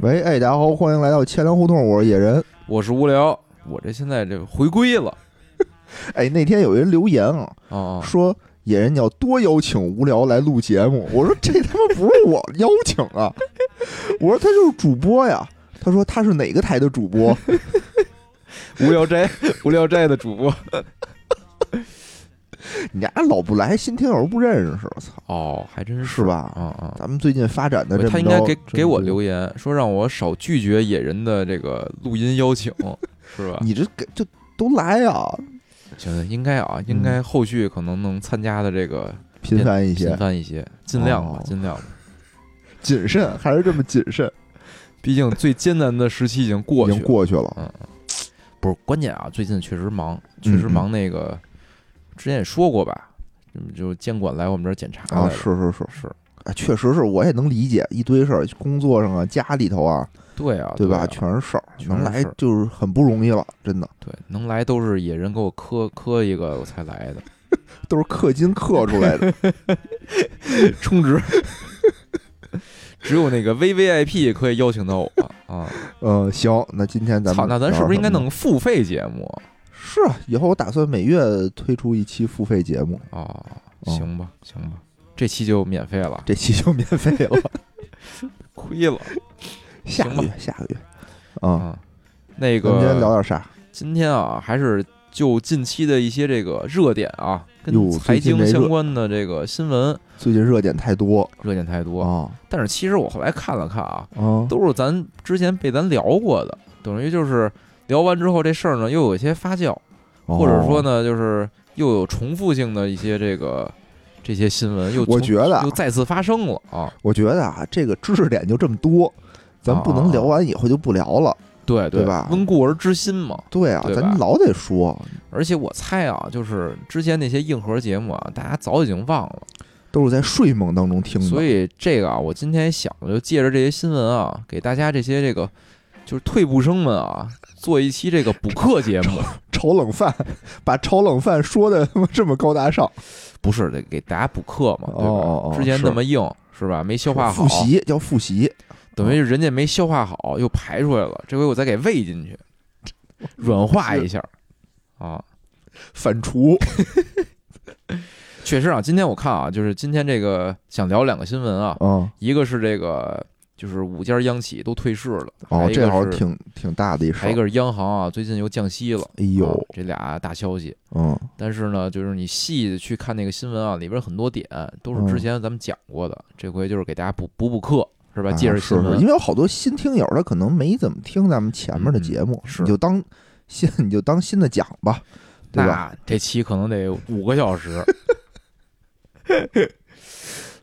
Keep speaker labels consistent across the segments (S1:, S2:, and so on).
S1: 喂，哎，大家好，欢迎来到千粮胡同，我是野人。
S2: 我是无聊，我这现在这回归了
S1: 哎，那天有人留言啊，
S2: 啊
S1: 说野人你要多邀请无聊来录节目。我说这他妈不是我邀请啊，我说他就是主播呀。他说他是哪个台的主播？
S2: 无聊斋 无聊斋的主播
S1: 你俩老不来，新听友不认识，我操，
S2: 哦，还真
S1: 是
S2: 是
S1: 吧？
S2: 啊啊！
S1: 咱们最近发展的这么
S2: 他应该
S1: 着
S2: 给
S1: 这
S2: 给
S1: 么
S2: 我
S1: 多
S2: 留言说让我少拒绝野人的这个录音邀 请，是吧？
S1: 你这给这都来啊呀，
S2: 行，应该啊，应该后续可能能参加的这个
S1: 频繁一
S2: 频
S1: 些，
S2: 繁一些，尽量吧
S1: 哦，
S2: 尽量吧。
S1: 谨慎还是这么谨慎，
S2: 毕竟最艰难的时期已经过
S1: 已
S2: 去
S1: 经
S2: 了，
S1: 过去了。
S2: 不是关键啊，最近确实忙，确实
S1: 嗯
S2: 忙。那个之前也说过吧，就监管来我们这儿检查
S1: 啊，
S2: 来了，
S1: 是是是，
S2: 是，
S1: 啊，确实是我也能理解一堆事儿，工作上啊，家里头啊，
S2: 对啊，
S1: 对吧？
S2: 啊
S1: 全是事儿，
S2: 全
S1: 能
S2: 是
S1: 来
S2: 事儿
S1: 就是很不容易了，真的
S2: 对，能来都是野人给我磕磕一个我才 来的，
S1: 都是氪金氪出来的。
S2: 充值。只有那个 VVIP 可以邀请到我啊！
S1: 嗯，行，那今天咱们
S2: 操，那咱
S1: 聊
S2: 是不是
S1: 什
S2: 应该
S1: 么呢
S2: 弄？个付费节目啊
S1: 是啊，以后我打算每月推出一期付费节目，？
S2: 哦
S1: 嗯
S2: 行吧，行吧，这期就免费了，
S1: 这期就免费了，
S2: 亏了
S1: 下
S2: 行
S1: 个
S2: 吧
S1: 月下个月。啊，
S2: 啊！那
S1: 咱们今天聊
S2: 个
S1: 点啥？
S2: 今天啊，还是就近期的一些这个热点啊，
S1: 哟
S2: 跟财
S1: 最近这
S2: 经
S1: 热
S2: 相关的这个新闻
S1: 最近热点太多
S2: 热点太多。
S1: 啊
S2: 但是其实我后来看了看啊，
S1: 啊，
S2: 都是咱之前被咱聊过的，等于就是聊完之后这事儿呢又有一些发酵，
S1: 哦
S2: 或者说
S1: 呢，
S2: 呢就是又有重复性的一些这个这些新闻又
S1: 我
S2: 重
S1: 觉得啊
S2: 又再次发生了啊，
S1: 我觉得啊，这个知识点就这么多，咱不能聊完以后就不聊了。
S2: 对
S1: 对吧
S2: 温故而知新嘛，
S1: 对啊，
S2: 对吧
S1: 咱老得说，
S2: 而且我猜啊，就是之前那些硬核节目啊，大家早已经忘了，
S1: 都是在睡梦当中听的。
S2: 所以这个啊，我今天想就借着这些新闻啊，给大家这些这个就是退步生们啊，做一期这个补课节目。
S1: 炒冷饭， 把炒冷饭说的他妈这么高大 上，
S2: 不是得给大家补课嘛，对吧？
S1: 哦哦哦
S2: 之前
S1: 是
S2: 那么硬是吧？没消化好，
S1: 复习叫复习，
S2: 等于人家没消化好，又排出来了。这回我再给喂进去，软化一下啊。
S1: 反刍。
S2: 确实啊，今天我看啊，就是今天这个想聊两个新闻啊，
S1: 嗯，
S2: 一个是这个就是五家央企都退市了，还
S1: 哦，
S2: 一个
S1: 这好像
S2: 是
S1: 挺挺大的一事
S2: 还
S1: 儿
S2: 有一。个是央行啊，最近又降息了。
S1: 哎
S2: 啊
S1: 呦，
S2: 这俩大消息，
S1: 嗯，
S2: 但是呢，就是你细地去看那个新闻啊，里边很多点都是
S1: 嗯
S2: 之前咱们讲过的，这回就是给大家补补补课，是吧？借
S1: 啊
S2: 着
S1: 是
S2: 新闻
S1: 是，因为有好多新听友，他可能没怎么听咱们前面的节目，
S2: 嗯是
S1: 你就当新， 你就当新的讲吧，对吧？
S2: 那这期可能得五个小时。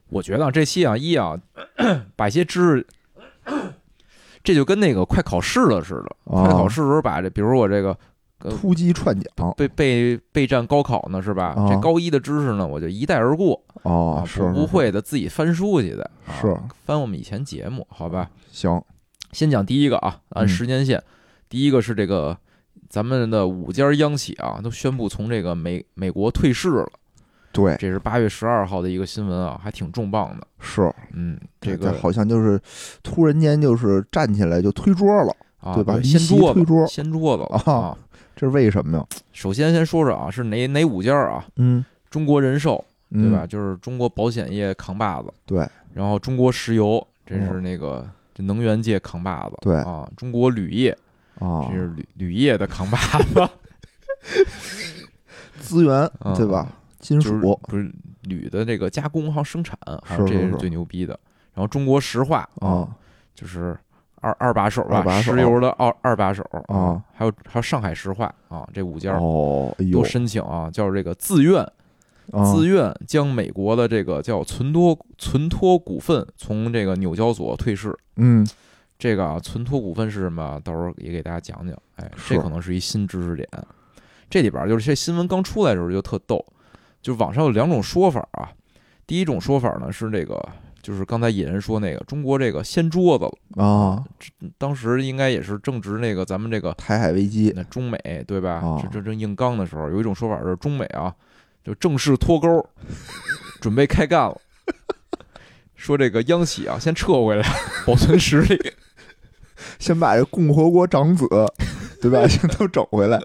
S2: 我觉得啊，这期啊，一啊， 把一些知识， 这就跟那个快考试了似的。
S1: 啊
S2: 快考试的时候，把这，比如我这个呃
S1: 突击串讲，
S2: 备备备战高考呢，是吧？
S1: 啊
S2: 这高一的知识呢，我就一带而过
S1: 哦
S2: 啊，，
S1: 是
S2: 不
S1: 是
S2: 不会的，自己翻书去的，啊
S1: 是
S2: 翻我们以前节目，好吧？
S1: 行，
S2: 先讲第一个啊，按
S1: 嗯
S2: 时间线，第一个是这个咱们的五家央企啊，都宣布从这个美美国退市了，
S1: 对，
S2: 这是八月十二号的一个新闻啊，还挺重磅的。
S1: 是
S2: 嗯，
S1: 他
S2: 这个
S1: 哎好像就是突然间就是站起来就推桌了，
S2: 啊，
S1: 对吧离
S2: 掀
S1: 席
S2: 桌
S1: 推
S2: 子，
S1: 桌
S2: 掀桌子了
S1: 啊
S2: 啊。
S1: 这是为什么呀？
S2: 首先先说说啊，是哪哪五家啊？
S1: 嗯，
S2: 中国人寿对
S1: 嗯
S2: 吧？？就是中国保险业扛把子，
S1: 对，嗯
S2: 然后中国石油，这是那个。这能源界扛把子，
S1: 对
S2: 啊，中国铝业
S1: 啊，
S2: 这是铝铝业的扛把 子，
S1: 资源，
S2: 嗯
S1: 对吧？金
S2: 就是
S1: 属
S2: 不是铝的这个加工还有生产，好
S1: 是
S2: 像这
S1: 是
S2: 也是
S1: 是
S2: 最牛逼的。然后中国石化啊，
S1: 啊，
S2: 就是二二把手吧
S1: 二把，手
S2: 石油的二二把手
S1: 啊，
S2: 还有还有上海石化啊，这五家
S1: 哦，哎呦
S2: 都，申请啊，叫这个自愿
S1: 啊
S2: 自愿将美国的这个叫存托存托股份从这个纽交所退市。
S1: 嗯，
S2: 这个啊，存托股份是什么？啊到时候也给大家讲讲。哎，
S1: 是
S2: 这可能是一新知识点。这里边儿就是这新闻刚出来的时候就特逗，就网上有两种说法啊。第一种说法呢是这个，就是刚才野人说那个中国这个掀桌子了，
S1: 啊，
S2: 当时应该也是正值那个咱们这个
S1: 台海危机
S2: 那中美对吧
S1: 哦？
S2: 这这正硬刚的时候，有一种说法是中美啊就正式脱钩， 准备开 干了。说这个央企啊，先撤回来，保存实力。
S1: 先把这共和国长子， 对吧，先都整回来。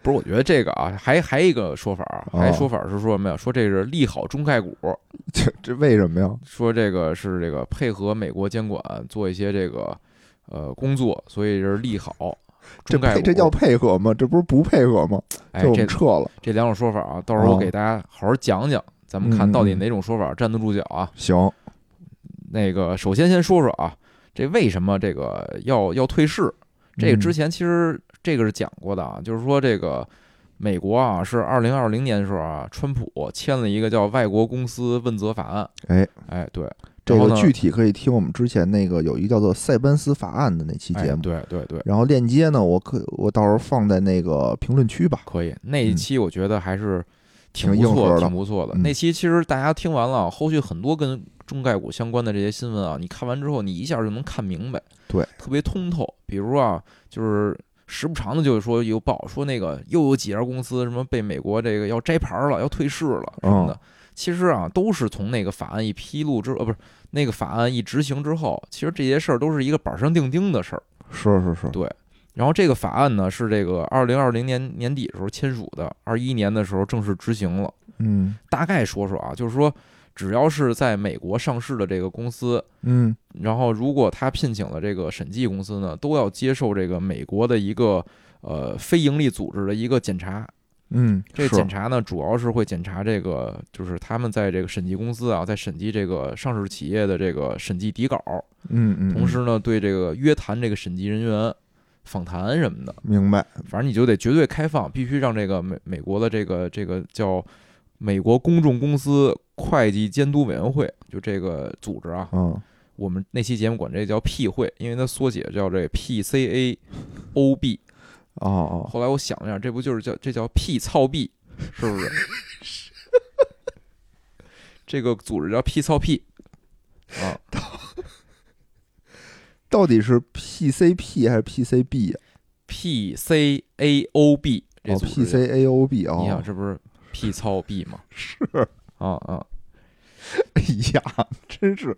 S2: 不是，我觉得这个啊，还还一个说法儿，
S1: 哦
S2: 还一说法儿是说什么呀？说这是利好中概股，
S1: 这这为什么呀？
S2: 说这个是这个配合美国监管做一些这个呃工作，所以是利好
S1: 这
S2: 中概
S1: 配
S2: 股。
S1: 这叫配合吗？这不是不配合吗？
S2: 哎
S1: 这我
S2: 这
S1: 们撤了。
S2: 这两种说法啊，到时候我
S1: 哦
S2: 给大家好好讲讲，咱们看
S1: 嗯
S2: 到底
S1: 嗯
S2: 哪种说法站得住脚啊？
S1: 行，
S2: 那个首先先说说啊，这为什么这个要要退市？这个之
S1: 嗯
S2: 前其实这个是讲过的啊，就是说这个美国啊是二零二零年的时候啊，川普签了一个叫《外国公司问责法案》。
S1: 哎
S2: 哎，对，
S1: 这
S2: 然后
S1: 个
S2: 呢
S1: 具体可以听我们之前那个有一个叫做塞班斯法案的那期
S2: 哎
S1: 节目。
S2: 对对对，
S1: 然后链接呢，我可我到时候放在那个评论区吧。嗯
S2: 可以。那一期我觉得还是挺
S1: 挺
S2: 不
S1: 硬
S2: 错，
S1: 核的
S2: 挺不错的。
S1: 嗯
S2: 那期其实大家听完了，后续很多跟中概股相关的这些新闻啊，你看完之后，你一下就能看明白，
S1: 对，
S2: 特别通透。比如啊，就是时不常的就是说有报说那个又有几家公司什么被美国这个要摘牌了，要退市了什么的。
S1: 嗯
S2: 其实啊，都是从那个法案一披露之呃，不是那个法案一执行之后，其实这些事儿都是一个板上钉钉的事儿。
S1: 是是是，
S2: 然后这个法案呢是这个二零二零年年底的时候签署的，二一年的时候正式执行了。
S1: 嗯
S2: 大概说说啊，就是说只要是在美国上市的这个公司，
S1: 嗯
S2: 然后如果他聘请了这个审计公司呢，都要接受这个美国的一个呃非营利组织的一个检查。
S1: 嗯，
S2: 这个
S1: 是
S2: 检查呢，主要是会检查这个，就是他们在这个审计公司啊，在审计这个上市企业的这个审计底稿，
S1: 嗯嗯，
S2: 同
S1: 嗯
S2: 时呢，对这个约谈这个审计人员访谈什么的。
S1: 明白，
S2: 反正你就得绝对开放，必须让这个美美国的这个这个叫美国公众公司会计监督委员会，就这个组织啊，
S1: 嗯，
S2: 我们那期节目管这叫 P 会，因为它缩写叫这 PCAOB。
S1: 哦哦，
S2: 后来我想了一下，这不就是叫这叫 P 操 B，是 不是？这个组织叫 P 操 P 啊，
S1: 到底是 PCP 还是 PCB 呀？
S2: P C A O B 这
S1: 哦
S2: 组织叫、
S1: ，PCAOB
S2: 你想
S1: 哦，
S2: 这不是 P 操 B 吗？
S1: 是，
S2: 啊啊，
S1: 哎呀，真是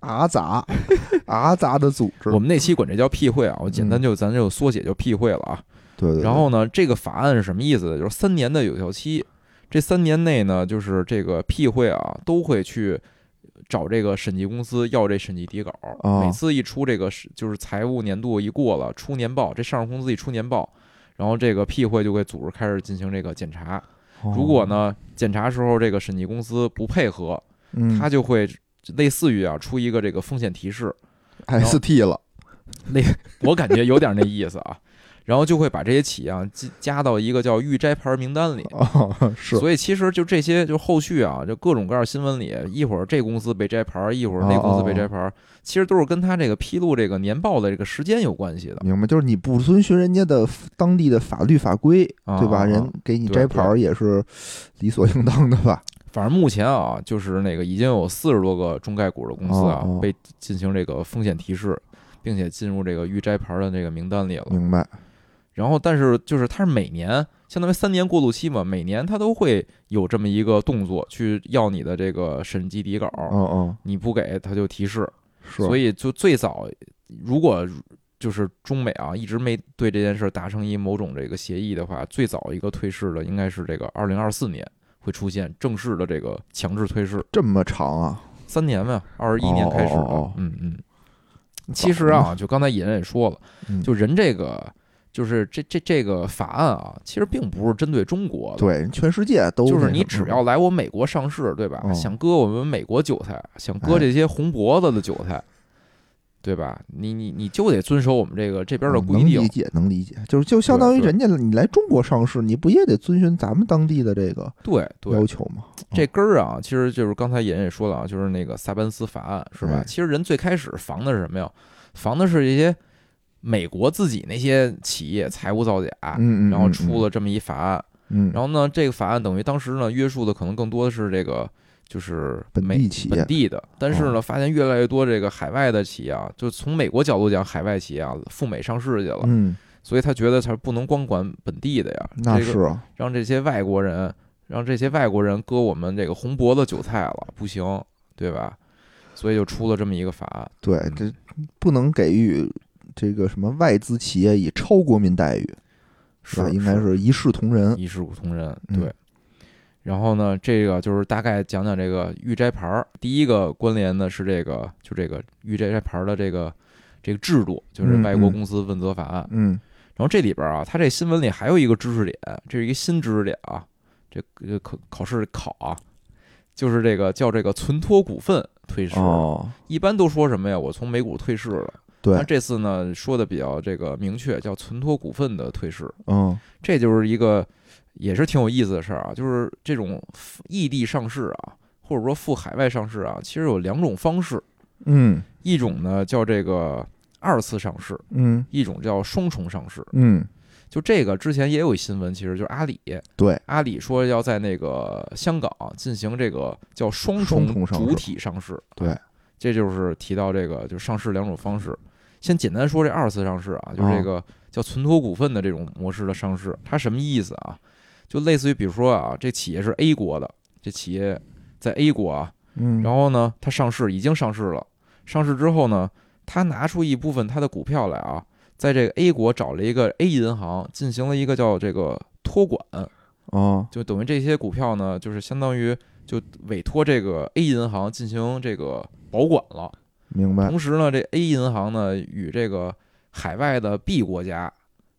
S1: 阿杂 阿杂的组织
S2: 我，们那期管这叫屁会啊，我简单
S1: 嗯
S2: 就咱就缩写就屁会了啊。
S1: 对对，
S2: 然后呢，这个法案是什么意思呢？就是三年的有效期，这三年内呢，就是这个屁会啊都会去找这个审计公司要这审计底稿，
S1: 哦
S2: 每次一出这个是就是财务年度一过了，出年报，这上市公司一出年报。然后这个屁会就给组织开始进行这个检查，
S1: 哦
S2: 如果，呢检查时候这个审计公司不配合，
S1: 嗯
S2: 它就会类似于啊出一个这个风险提示，
S1: ST 了，
S2: 我感觉有点那意思啊。然后就会把这些企业啊加加到一个叫预摘牌名单里。
S1: 哦，是，
S2: 所以其实就这些，就后续啊，就各种各样新闻里，一会儿这公司被摘牌，一会儿那公司被摘
S1: 哦
S2: 牌，其实都是跟他这个披露这个年报的这个时间有关系的，
S1: 明白，就是你不遵循人家的 f- 当地的法律法规，
S2: 啊
S1: 对吧？
S2: 啊
S1: 人给你
S2: 对
S1: 摘牌儿也是理所应当的吧？
S2: 反正目前啊，就是那个已经有四十多个中概股的公司啊
S1: 哦哦
S2: 被进行这个风险提示，并且进入这个预摘牌的这个名单里了。
S1: 明白，
S2: 然后，但是就是它是每年相当于三年过渡期嘛，每年它都会有这么一个动作去要你的这个审计底稿，
S1: 嗯嗯，
S2: 你不给它就提示。
S1: 是，
S2: 所
S1: 以
S2: 以就最早，如果就是中美啊一直没对这件事达成一某种这个协议的话，最早一个退市的应该是这个二零二四年会出现正式的这个强制退市，
S1: 这么长啊？
S2: 三年嘛，二十一年开始
S1: 哦哦
S2: 的
S1: 哦，
S2: 嗯嗯。其实啊，就刚才野人也说了。
S1: 嗯，
S2: 就人这个，就是这这这个法案啊，其实并不是针对中国的，
S1: 对，全世界都嗯
S2: 就是
S1: 那
S2: 你
S1: 什
S2: 只
S1: 么
S2: 要来我美国上市，对吧？
S1: 哦
S2: 想割我们美国韭菜，想割
S1: 哎
S2: 这些红脖子的韭菜，对吧？你你你就得遵守我们这个这边的
S1: 嗯
S2: 规
S1: 能
S2: 定
S1: 理。解，能理解，就是就相当于
S2: 对
S1: 人家你来中国上市，你不也得遵循咱们当地的这个
S2: 对对
S1: 要，求吗？
S2: 这根儿啊，其实就是刚才野人也说了啊，就是那个萨班斯法案，是吧
S1: 哎？
S2: 其实人最开始防的是什么呀？防的是这些美国自己那些企业财务造假，
S1: 嗯嗯，
S2: 啊然后
S1: 嗯
S2: 出，了这么一法案。
S1: 嗯，
S2: 然后呢，这个法案等于当时呢约束的可能更多的是这个就是
S1: 本
S2: 美
S1: 地企业哦
S2: 本地的，但是呢，发现越来越多这个海外的企业啊，就从美国角度讲，海外企业啊赴美上市去了，
S1: 嗯，
S2: 所以他觉得他不能光管本地的呀，
S1: 那
S2: 这
S1: 是
S2: 个
S1: 啊，
S2: 让这些外国人让这些外国人割我们这个红脖子韭菜了，不行，对吧？所以就出了这么一个法案，
S1: 对
S2: 嗯，
S1: 这不能给予这个什么外资企业以超国民待遇，
S2: 是
S1: 吧？应该是一视同仁。
S2: 一视同仁，
S1: 嗯
S2: 对。然后呢，这个就是大概讲讲这个玉斋牌儿。第一个关联的是这个，就这个玉斋牌儿的这个这个制度，就是
S1: 嗯
S2: 外国
S1: 嗯
S2: 公司问责法案。
S1: 嗯
S2: 然后这里边啊，它这新闻里还有一个知识点，这是一个新知识点啊，这这考考试考啊，就是这个叫这个存托股份退市。
S1: 哦，
S2: 一般都说什么呀？我从美股退市了。
S1: 对
S2: 但，这次呢，说的比较这个明确，叫存托股份的退市。
S1: 嗯
S2: 这就是一个也是挺有意思的事儿啊，就是这种异地上市啊，或者说赴海外上市啊，其实有两种方式，
S1: 嗯
S2: 一种呢叫这个二次上市，
S1: 嗯
S2: 一种叫双重上市。
S1: 嗯，
S2: 就这个之前也有一新闻，其实就是阿里，
S1: 对，
S2: 阿里说要在那个香港进行这个叫双
S1: 双
S2: 重
S1: 重上市
S2: 主体上市。啊
S1: 对，
S2: 这就是提到这个就是上市两种方式。先简单说这二次上市啊，就是这个叫存托股份的这种模式的上市，它什么意思啊？就类似于比如说啊，这企业是 A 国的，这企业在 A 国啊，
S1: 嗯，
S2: 然后呢，它上市已经上市了，上市之后呢，它拿出一部分它的股票来啊，在这个 A 国找了一个 A 银行进行了一个叫这个托管，
S1: 哦，
S2: 就等于这些股票呢，就是相当于就委托这个 A 银行进行这个保管了。
S1: 明白，
S2: 同时呢，这 A 银行呢与这个海外的 B 国家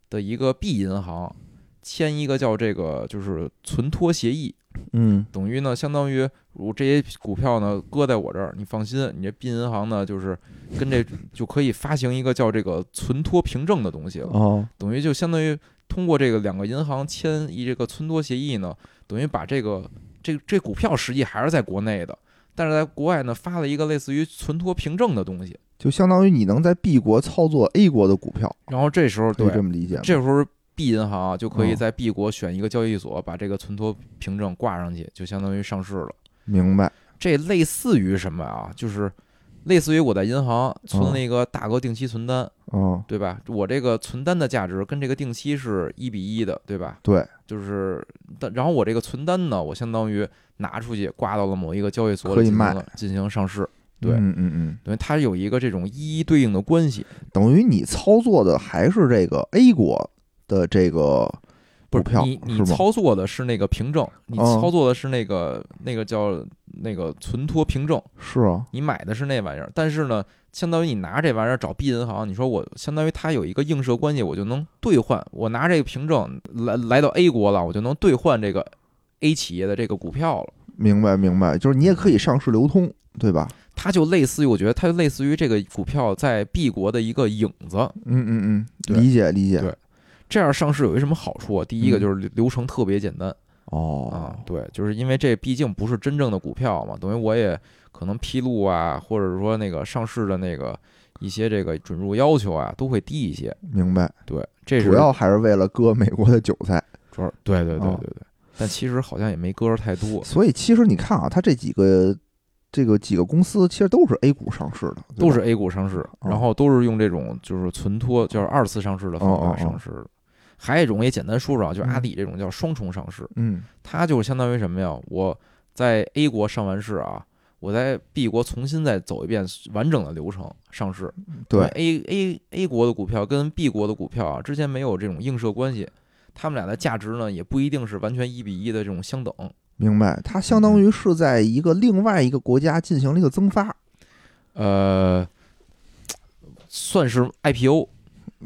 S2: 的一个 B 银行签一个叫这个就是存托协议，
S1: 嗯
S2: 等于呢，相当于我这些股票呢搁在我这儿，你放心，你这 B 银行呢就是跟这就可以发行一个叫这个存托凭证的东西了，
S1: 哦，
S2: 等于就相当于通过这个两个银行签一这个存托协议呢，等于把这个这这股票实际还是在国内的，但是在国外呢发了一个类似于存托凭证的东西，
S1: 就相当于你能在 B 国操作 A 国的股票，
S2: 然后这时候
S1: 可以
S2: 对
S1: 这么理解吗？
S2: 这时候 B 银行啊就可以
S1: 哦
S2: 在 B 国选一个交易所，把这个存托凭证挂上去，就相当于上市了。
S1: 明白，
S2: 这类似于什么啊？就是类似于我在银行存了一个大额定期存单，
S1: 哦，
S2: 对吧？我这个存单的价值跟这个定期是一比一的，对吧？
S1: 对，
S2: 就是，但然后我这个存单呢，我相当于拿出去挂到了某一个交易所
S1: 可
S2: 里
S1: 以
S2: 进
S1: 卖
S2: 行了进行上市，对
S1: 嗯嗯嗯，
S2: 等于它有一个这种一一对应的关系。
S1: 等于你操作的还是这个 A 国的这个
S2: 不
S1: 股
S2: 是
S1: 票
S2: 你你
S1: 是吗
S2: 操作的是那个凭证，你
S1: 哦
S2: 操作的是那个那个叫那个存托凭证。
S1: 是啊，
S2: 你买的是那玩意儿，但是呢，相当于你拿这玩意儿找 B 银行，你说我相当于它有一个映射关系，我就能兑换，我拿这个凭证来来到 A 国了，我就能兑换这个 A 企业的这个股票了。
S1: 明白明白，就是你也可以上市流通，
S2: 嗯
S1: 对吧？
S2: 它就类似于，我觉得它就类似于这个股票在 B 国的一个影子。
S1: 嗯嗯
S2: 对
S1: 嗯，理解理解
S2: 对，这样上市有一什么好处啊？第一个
S1: 嗯
S2: 就是流流程特别简单啊
S1: 哦，，
S2: 对，就是因为这毕竟不是真正的股票嘛，等于我也可能披露啊，或者说那个上市的那个一些这个准入要求啊，都会低一些。
S1: 明白，
S2: 对，这是
S1: 主要还是为了割美国的韭菜。
S2: 主要对对对
S1: 啊
S2: 对对，但其实好像也没割着太多，
S1: 所以其实你看啊，它这几个这个几个公司其实都是 A 股上市的，对吧
S2: 都是 A 股上市，
S1: 啊
S2: 然后都是用这种就是存托，就是二次上市的
S1: 哦
S2: 方法上市的。还有一种也简单说说啊，就是阿里这种叫双重上市，
S1: 嗯
S2: 它就是相当于什么呀？我在 A 国上完市啊，我在 B 国重新再走一遍完整的流程上市。
S1: 对
S2: A A A 国的股票跟 B 国的股票啊，之间没有这种映射关系，它们俩的价值呢也不一定是完全一比一的这种相等。
S1: 明白，它相当于是在一个另外一个国家进行了一个增发，
S2: 呃，算是 IPO，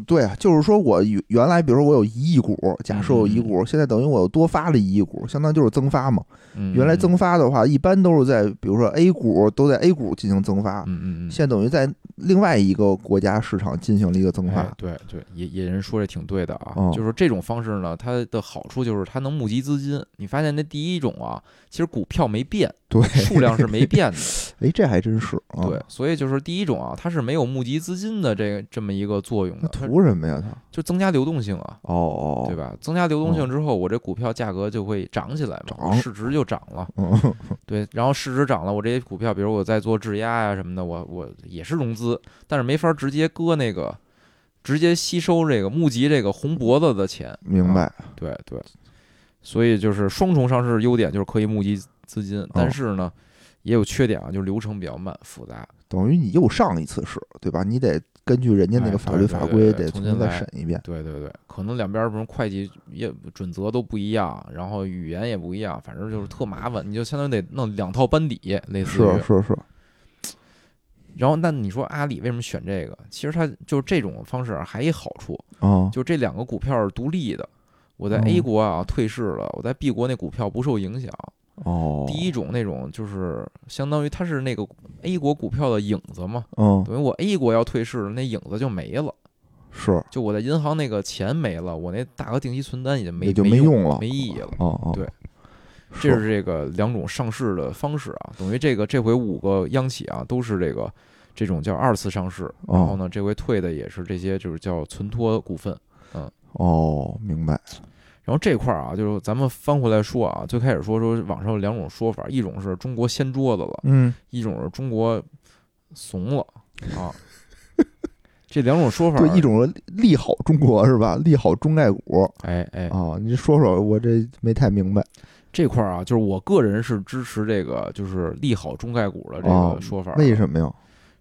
S1: 对啊，就是说我原原来比如说我有一亿股，假设有一亿股，现在等于我又多发了一亿股，相当于就是增发嘛。
S2: 嗯、
S1: 原来增发的话，一般都是在比如说 A 股都在 A 股进行增发，
S2: 嗯，嗯嗯嗯，
S1: 现在等于在另外一个国家市场进行了一个增
S2: 哎
S1: 发。
S2: 对对，也也人说这挺对的啊，
S1: 哦
S2: 就是这种方式呢，它的好处就是它能募集资金。你发现那第一种啊，其实股票 没变，
S1: 对，
S2: 数量是没变的，
S1: 哎，这还真是啊。
S2: 对，，所以就是第一种啊，它是没有募集资金的这个这么一个作用
S1: 那
S2: 的，它
S1: 图什么呀？他
S2: 就增加流动性啊。
S1: 哦哦，
S2: 对
S1: 吧？
S2: 吧？增加流动性之后，我这股票价格就会涨起来嘛，我
S1: 涨
S2: 市值就涨了。
S1: 嗯，
S2: 对，然后市值涨了，我这些股票，比如我在做质押呀、什么的，我我也是融资，但是没法直接割那个，直接吸收这个募集这个红脖子的钱。
S1: 明白。
S2: 对对，所以就是双重上市优点就是可以募集资
S1: 哦
S2: 金，但是呢，也有缺点啊，就是流程比较慢复杂。
S1: 等于你又上一次市，对吧？你得根据人家那
S2: 哎
S1: 个法
S2: 对
S1: 律
S2: 对
S1: 法
S2: 对
S1: 规
S2: 对
S1: 得
S2: 重
S1: 重
S2: 新
S1: 新再
S2: 来
S1: 审一遍。
S2: 对对对，可能两边儿什么会计也准则都不一样，然后语言也不一样，反正就是特麻烦，你就相当于得弄两套班底，类似于
S1: 是。是是，
S2: 然后那你说阿里为什么选这个？其实它就是这种方式还一好处，
S1: 啊，
S2: 就这两个股票是独立的。我在
S1: 哦
S2: A 国啊退市了，我在 B 国那股票不受影响。
S1: 哦，
S2: 第一种那种就是相当于它是那个 A 国股票的影子嘛，
S1: 嗯，
S2: 等于我 A 国要退市了，那影子就没了。
S1: 是
S2: 就我在银行那个钱没了，我那大额定期存单也没
S1: 也就
S2: 没
S1: 没用了
S2: 没意义了。
S1: 哦哦，
S2: 对，
S1: 是
S2: 这是这个两种上市的方式啊，等于这个这回五个央企啊都是这个这种叫二次上市，
S1: 哦
S2: 然后呢这回退的也是这些就是叫存托股份。
S1: 哦，明白，
S2: 然后这块儿啊，就是咱们翻回来说啊，最开始说说网上有两种说法，一种是中国掀桌子了，
S1: 嗯，
S2: 一种是中国怂了啊。 这两种说法，
S1: 对，一，种是利好中国是
S2: 嗯
S1: 吧？利好中概股
S2: 哎哎，
S1: 啊，你说说，我这没太明白
S2: 这块儿啊，就是我个人是支持这个，就是利好中概股的这
S1: 啊
S2: 个说法的。
S1: 为什么呀？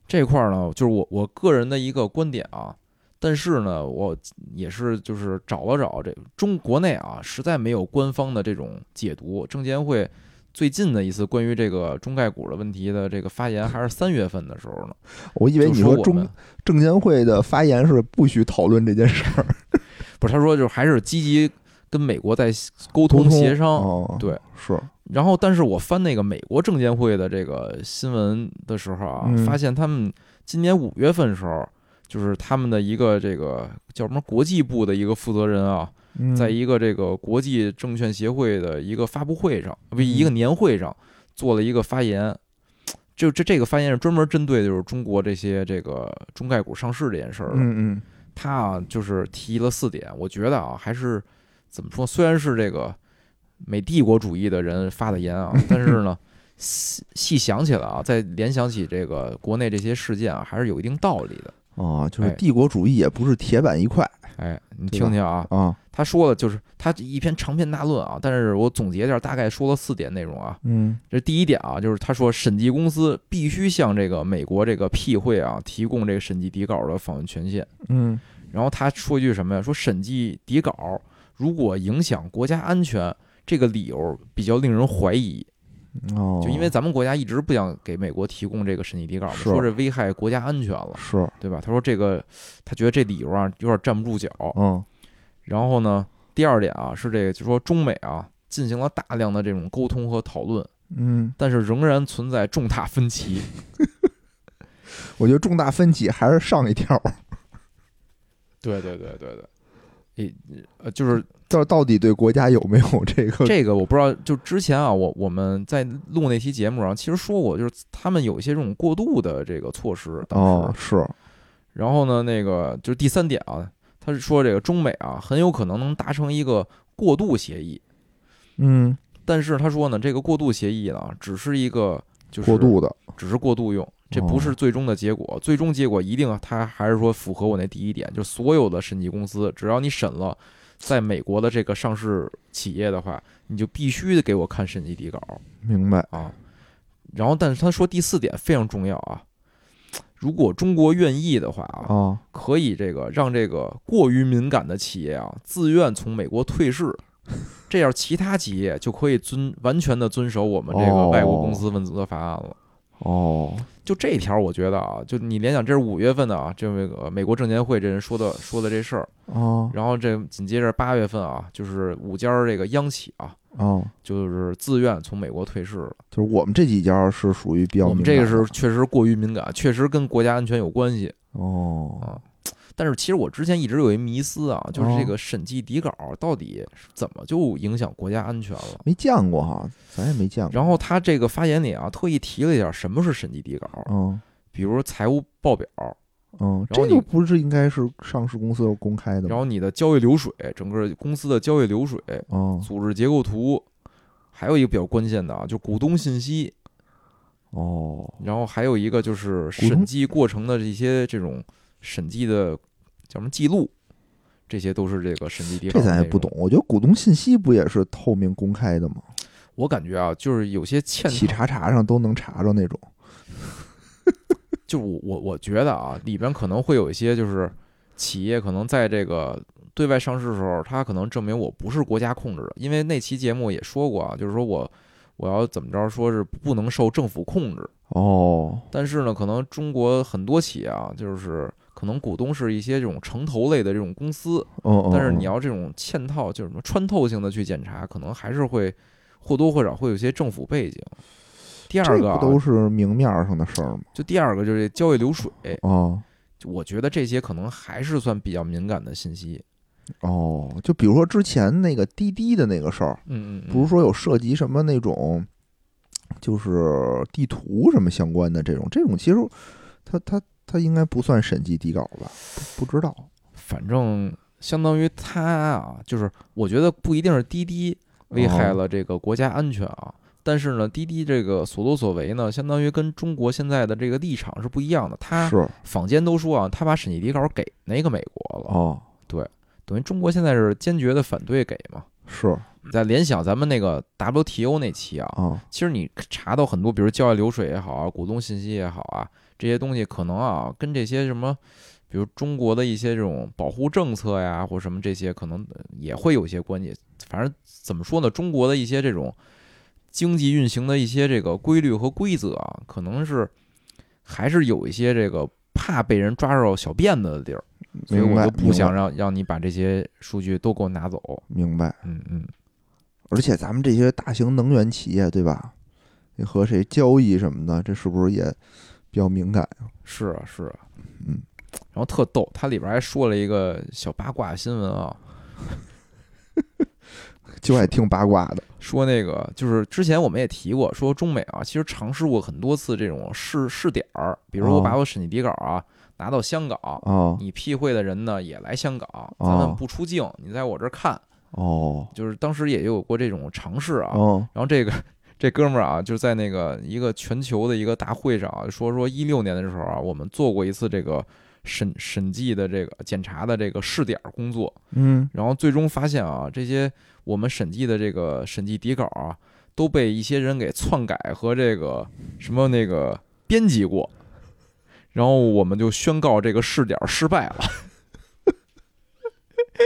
S2: 这块儿呢，就是我我个人的一个观点啊。但是呢，我也是就是找了找这中国内啊，实在没有官方的这种解读。证监会最近的一次关于这个中概股的问题的这个发言，还是三月份的时候呢。
S1: 我以
S2: 因
S1: 为你
S2: 说
S1: 说
S2: 我
S1: 中
S2: 们
S1: 证监会的发言是不许讨论这件事儿，
S2: 不是他说就是还是积极跟美国在沟
S1: 沟
S2: 通
S1: 通
S2: 协商，
S1: 哦，
S2: 对。
S1: 是
S2: 然后，但是我翻那个美国证监会的这个新闻的时候啊，
S1: 嗯
S2: 发现他们今年五月份的时候，就是他们的一个这个叫什么国际部的一个负责人啊，
S1: 嗯
S2: 在一个这个国际证券协会的一个发布会上，不
S1: 嗯
S2: 一个年会上做了一个发言。就这这个发言是专门针对就是中国这些这个中概股上市这件事儿的，
S1: 嗯嗯
S2: 他啊就是提了四点，我觉得啊还是怎么说，虽然是这个美帝国主义的人发的言啊，但是呢，细细想起来啊，再联想起这个国内这些事件啊，还是有一定道理的。
S1: 啊，就是
S2: 哎
S1: 帝国主义也不是铁板一块
S2: 哎，你
S1: 对吧
S2: 听听啊，
S1: 啊，
S2: 他说的就是他一篇长篇大论啊，但是我总结一下，大概说了四点内容啊。
S1: 嗯
S2: 这第一点啊，就是他说审计公司必须向这个美国这个 P 会啊提供这个审计底稿的访问权限。
S1: 嗯
S2: 然后他说一句什么呀？说审计底稿如果影响国家安全，这个理由比较令人怀疑。
S1: 哦，
S2: 嗯就因为咱们国家一直不想给美国提供这个审计底稿嘛，
S1: 是
S2: 说这危害国家安全了，
S1: 是
S2: 对吧？他说这个，他觉得这理由啊有点站不住脚。
S1: 嗯
S2: 然后呢，第二点啊是这个，就说中美啊进行了大量的这种沟通和讨论，
S1: 嗯，
S2: 但是仍然存在重大分歧。
S1: 我觉得重大分歧还是上一条，
S2: 对对对对对，诶呃，就是
S1: 到到底对国家有没有这个
S2: 这个我不知道，就之前啊，我我们在录那期节目上，其实说过，就是他们有一些这种过度的这个措施。当时
S1: 哦，是
S2: 然后呢，那个就是第三点啊，他是说这个中美啊，很有可能能达成一个过渡协议，
S1: 嗯
S2: 但是他说呢，这个过渡协议呢，只是一个就是
S1: 过度的
S2: 只是过渡用，这不是最终的结果。最终结果一定啊它还是说符合我那第一点，就是所有的审计公司，只要你审了在美国的这个上市企业的话，你就必须得给我看审计底稿
S1: 明白
S2: 啊。然后，但是他说第四点非常重要啊，如果中国愿意的话啊，
S1: 啊
S2: 可以这个让这个过于敏感的企业啊自愿从美国退市。这样，其他企业就可以遵完全的遵守我们这个
S1: 哦
S2: 外国公司问责法案了。
S1: 哦，
S2: 就这条，我觉得啊，就你联想这是五月份的啊，这位个美国证监会这人说的说的这事儿，
S1: 哦
S2: 然后这紧接着八月份啊，就是五家儿这个央企啊，
S1: 哦，
S2: 就是自愿从美国退市了。
S1: 就是我们这几家是属于比较
S2: 我们
S1: 敏感
S2: 这个是
S1: 的
S2: 确实过于敏感，确实跟国家安全有关系。
S1: 哦
S2: 啊但是其实我之前一直有一迷思啊，就是
S1: 哦
S2: 这个审计底稿到底是怎么就影响国家安全了？
S1: 没见过哈，咱也没见过，
S2: 然后他这个发言里啊，特意提了一下什么是审计底稿，
S1: 嗯
S2: 比如财务报表，
S1: 嗯，
S2: 然后
S1: 这
S2: 你
S1: 个不是应该是上市公司公开的
S2: 然
S1: 吗？
S2: 后你的交易流水，整个公司的交易流水，
S1: 哦
S2: 组织结构图，还有一个比较关键的啊，就股东信息，
S1: 哦
S2: 然后还有一个就是
S1: 东
S2: 审计过程的这些这种审计的叫什么记录，这些都是这个审计底稿。
S1: 这咱也不懂。，我觉得股东信息不也是透明公开的吗？
S2: 我感觉啊，就是有些欠
S1: 企查查上都能查着那种。
S2: 就我我我觉得啊，里边可能会有一些就是企业可能在这个对外上市的时候，它可能证明我不是国家控制的，因为那期节目也说过啊，就是说我我要怎么着，说是不能受政府控制。
S1: 哦，
S2: 但是呢，可能中国很多企业啊，就是可能股东是一些这种城投类的这种公司，
S1: 嗯，
S2: 但是你要这种嵌套，就是什么穿透性的去检查，可能还是会或多或少会有一些政府背景。第
S1: 这
S2: 二
S1: 不
S2: 个、啊，
S1: 都是明面上的事儿吗？
S2: 就第二个就是交易流水，
S1: 啊，
S2: 就我觉得这些可能还是算比较敏感的信息。
S1: 哦，就比如说之前那个滴滴的那个事儿，
S2: 嗯嗯，
S1: 不是说有涉及什么那种，就是地图什么相关的这种，这种其实它它它应该不算审计底稿吧？不不知道，
S2: 反正相当于他啊，就是我觉得不一定是滴滴
S1: 嗯
S2: 危害了这个国家安全啊，但是呢，滴滴这个所作所为呢，相当于跟中国现在的这个立场是不一样的。他
S1: 是
S2: 坊间都说啊，他把审计底稿给那个美国了，
S1: 哦，
S2: 等于中国现在是坚决的反对给嘛。
S1: 是
S2: 再联想咱们那个 WTO 那期啊，
S1: 啊，
S2: 其实你查到很多，比如交易流水也好啊，股东信息也好啊，这些东西可能啊，跟这些什么，比如中国的一些这种保护政策呀，或什么这些，可能呃也会有一些关系。反正怎么说呢，中国的一些这种经济运行的一些这个规律和规则啊，可能是还是有一些这个怕被人抓着小辫子的地儿，嗯所以
S1: 明
S2: 我
S1: 白
S2: 就不想
S1: 明白
S2: 让让你把这些数据都给我拿走。
S1: 明白。
S2: 嗯嗯，
S1: 而且咱们这些大型能源企业，对吧？你和谁交易什么的，这是不是也比较敏感？
S2: 是啊是啊。
S1: 嗯，
S2: 然后特逗，它里边还说了一个小八卦新闻啊，
S1: 就爱听八卦的。
S2: 说那个就是之前我们也提过，说中美啊，其实尝试过很多次这种试试点儿，比如我
S1: 哦
S2: 把我审计底稿啊拿到香港，
S1: 哦
S2: 你避讳的人呢也来香港，咱们不出境，你在我这儿看，
S1: 哦
S2: 就是当时也有过这种尝试啊。
S1: 哦
S2: 然后这个这哥们儿啊，就在那个一个全球的一个大会上啊，说说一六年的时候啊，我们做过一次这个审审计的这个检查的这个试点儿工作，
S1: 嗯
S2: 然后最终发现啊，这些我们审计的这个审计底稿啊，都被一些人给篡改和这个什么那个编辑过，然后我们就宣告这个试点失败了。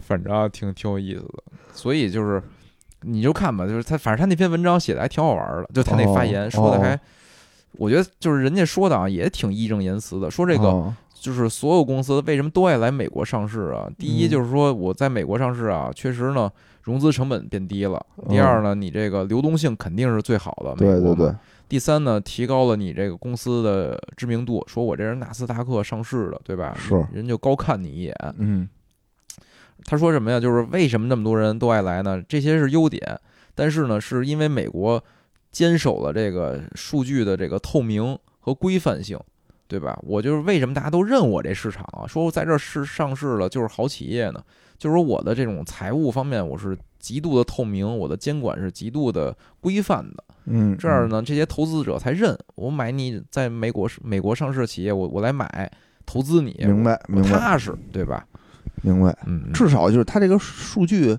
S2: 反正啊，挺挺有意思的，所以就是你就看吧，就是他，反正他那篇文章写的还挺好玩的，就他那发言
S1: 哦
S2: 说的还，
S1: 哦
S2: 我觉得就是人家说的啊，也挺义正言辞的，说这个
S1: 哦
S2: 就是所有公司为什么都爱来美国上市啊？第一
S1: 嗯
S2: 就是说我在美国上市啊，确实呢融资成本变低了。第二呢，你这个流动性肯定是最好的，
S1: 嗯对
S2: 美国
S1: 对
S2: 嘛
S1: 对。，
S2: 第三呢，提高了你这个公司的知名度，说我这人纳斯达克上市的，对吧？
S1: 是
S2: 人就高看你一眼。
S1: 嗯
S2: 他说什么呀？就是为什么那么多人都爱来呢？这些是优点，但是呢，是因为美国坚守了这个数据的这个透明和规范性，对吧？我就是为什么大家都认我这市场啊？说我在这儿是上市了就是好企业呢？就是说我的这种财务方面我是极度的透明，我的监管是极度的规范的。
S1: 嗯，
S2: 这样呢，这些投资者才认我买你在美国美国上市的企业，我我来买投资你，
S1: 明白
S2: 我
S1: 明白
S2: 踏实，对吧？
S1: 明白。
S2: 嗯，
S1: 至少就是它这个数据，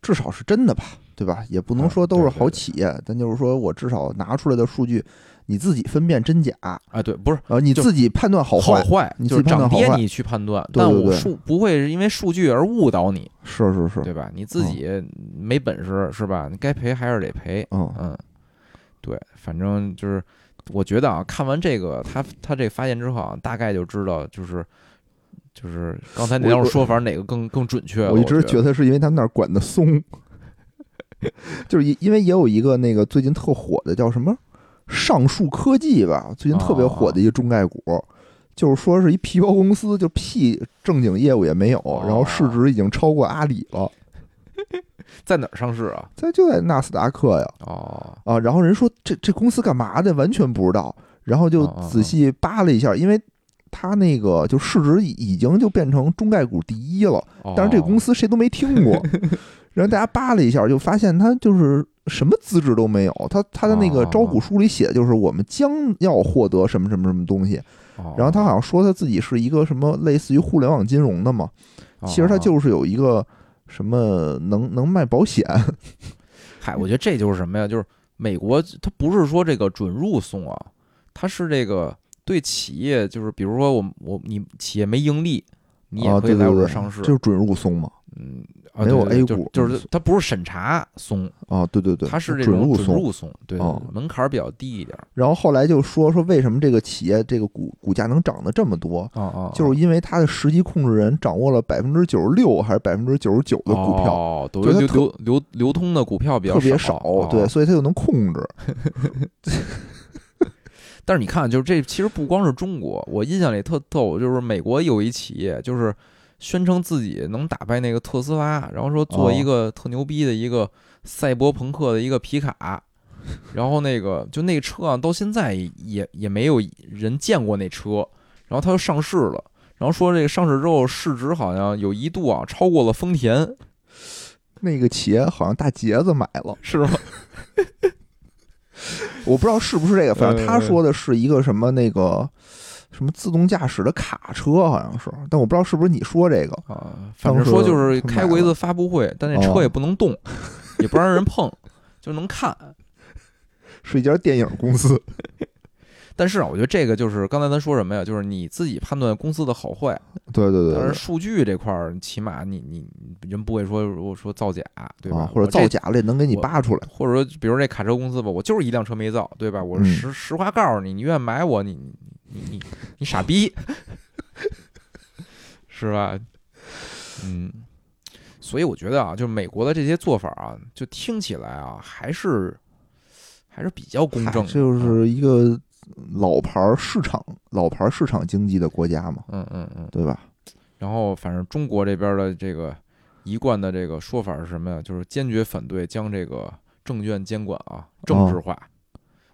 S1: 至少是真的吧，对吧？也不能说都是
S2: 啊对对
S1: 好企业，但就是说我至少拿出来的数据，你自己分辨真假，
S2: 啊，对，不是
S1: 呃，你
S2: 就
S1: 自己判断好
S2: 好
S1: 坏。你
S2: 就
S1: 自
S2: 是
S1: 己判
S2: 涨
S1: 断好
S2: 跌
S1: 坏
S2: 你去判断，
S1: 对对
S2: 但我
S1: 对
S2: 数不会是因为数据而误导你，
S1: 是是是，
S2: 对吧？你
S1: 嗯
S2: 自己没本事是吧？你该赔还是得赔，
S1: 嗯
S2: 嗯，对，反正就是我觉得啊，看完这个他他这发言之后啊，大概就知道就是就是刚才那
S1: 我
S2: 两
S1: 我
S2: 种说法哪个更更准确了。
S1: 我一直觉
S2: 啊得
S1: 得是因为他们那儿管的松， 就是因因为也有一个那个最近特火的叫什么上述科技吧，最近特别火
S2: 啊
S1: 的一个中概股，就是说是一皮包公司，就屁正经业务也没有，
S2: 啊
S1: 然后市值已经超过阿里了，
S2: 在哪儿上市啊？
S1: 在就在纳斯达克呀
S2: 哦，
S1: 啊，然后人说这这公司干嘛的，完全不知道，然后就
S2: 哦哦哦
S1: 仔细扒了一下，因为。它那个就市值已已经就变成中概股第一了，
S2: 哦
S1: 但是这公
S2: 司
S1: 司谁都没听 过，然后大家扒了一下，就发现他就是什么资质都没有。他他的那
S2: 哦
S1: 个招股书里写的就是我们将要获得什么什么什么东西，
S2: 哦
S1: 然后他好像说他自己是一个什么类似于互联网金融的嘛，
S2: 哦
S1: 其实他就是有一个什么能能卖保险，嗯
S2: 嗨，我觉得这就是什么呀？就是美国它不是说这个准入松啊，它是这个对企业，就是比如说我我你企业没盈利，你
S1: 啊
S2: 也可以
S1: 对对
S2: 来我这儿
S1: 对
S2: 上市，
S1: 就是准入松嘛。
S2: 嗯，啊
S1: 没有
S2: 对对
S1: A
S2: 对
S1: 股
S2: 就就是它不是审查松，
S1: 啊，对对对，
S2: 它是这
S1: 准
S2: 种
S1: 入
S2: 准
S1: 松。
S2: 入松，对，对
S1: 哦
S2: 对门槛儿比较低一点儿。
S1: 然后后来就说说为什么这个企业这个股股价能涨得这么多，
S2: 啊啊，
S1: 哦就是因为它的实际控制人掌握了百分之九十六还是百分之九十九的股票。
S2: 哦，流
S1: 对它
S2: 流
S1: 特
S2: 流流流通的股票比较
S1: 特别
S2: 少，
S1: 对，
S2: 哦
S1: 所以它就能控制。
S2: 但是你看，就是这其实不光是中国，我印象里特逗，就是美国有一企业，就是宣称自己能打败那个特斯拉，然后说做一个特牛逼的一个赛博朋克的一个皮卡，然后那个就那车啊，到现在也也没有人见过那车，然后它就上市了。然后说这个上市之后市值好像有一度啊超过了丰田，
S1: 那个企业好像大杰子买了，
S2: 是吗？
S1: 我不知道是不是这个，反正他
S2: 呃
S1: 说的是一个什么那个什么自动驾驶的卡车，好像是，但我不知道是不是你说这个。
S2: 啊，反正说就是开过一次发布会，但那车也不能动， 也不让人碰，就能看。
S1: 是一家电影公司。
S2: 但是啊，我觉得这个就是刚才咱说什么呀？就是你自己判断公司的好坏，
S1: 对对对
S2: 但
S1: 对
S2: 是数据这块儿，起码你你你人不会说我说造假，对
S1: 对，
S2: 吧？
S1: 啊，或者
S2: 我这
S1: 造，假了也能给你
S2: 我
S1: 扒出来。
S2: 或者说比如这卡车公司吧，我就是一辆车没造，对吧？我
S1: 嗯
S2: 实实话告诉你，你愿意买我，你你你你你傻逼，是吧？嗯，所以我觉得啊，就是美国的这些做法啊，就听起来啊，还是还是比较公
S1: 嗨
S2: 正啊的，
S1: 就是一个老牌儿市场、老牌儿市场经济的国家嘛，
S2: 嗯嗯嗯。
S1: 对吧？
S2: 然后，反正中国这边的这个一贯的这个说法是什么呀？就是坚决反对将这个证券监管啊政治化。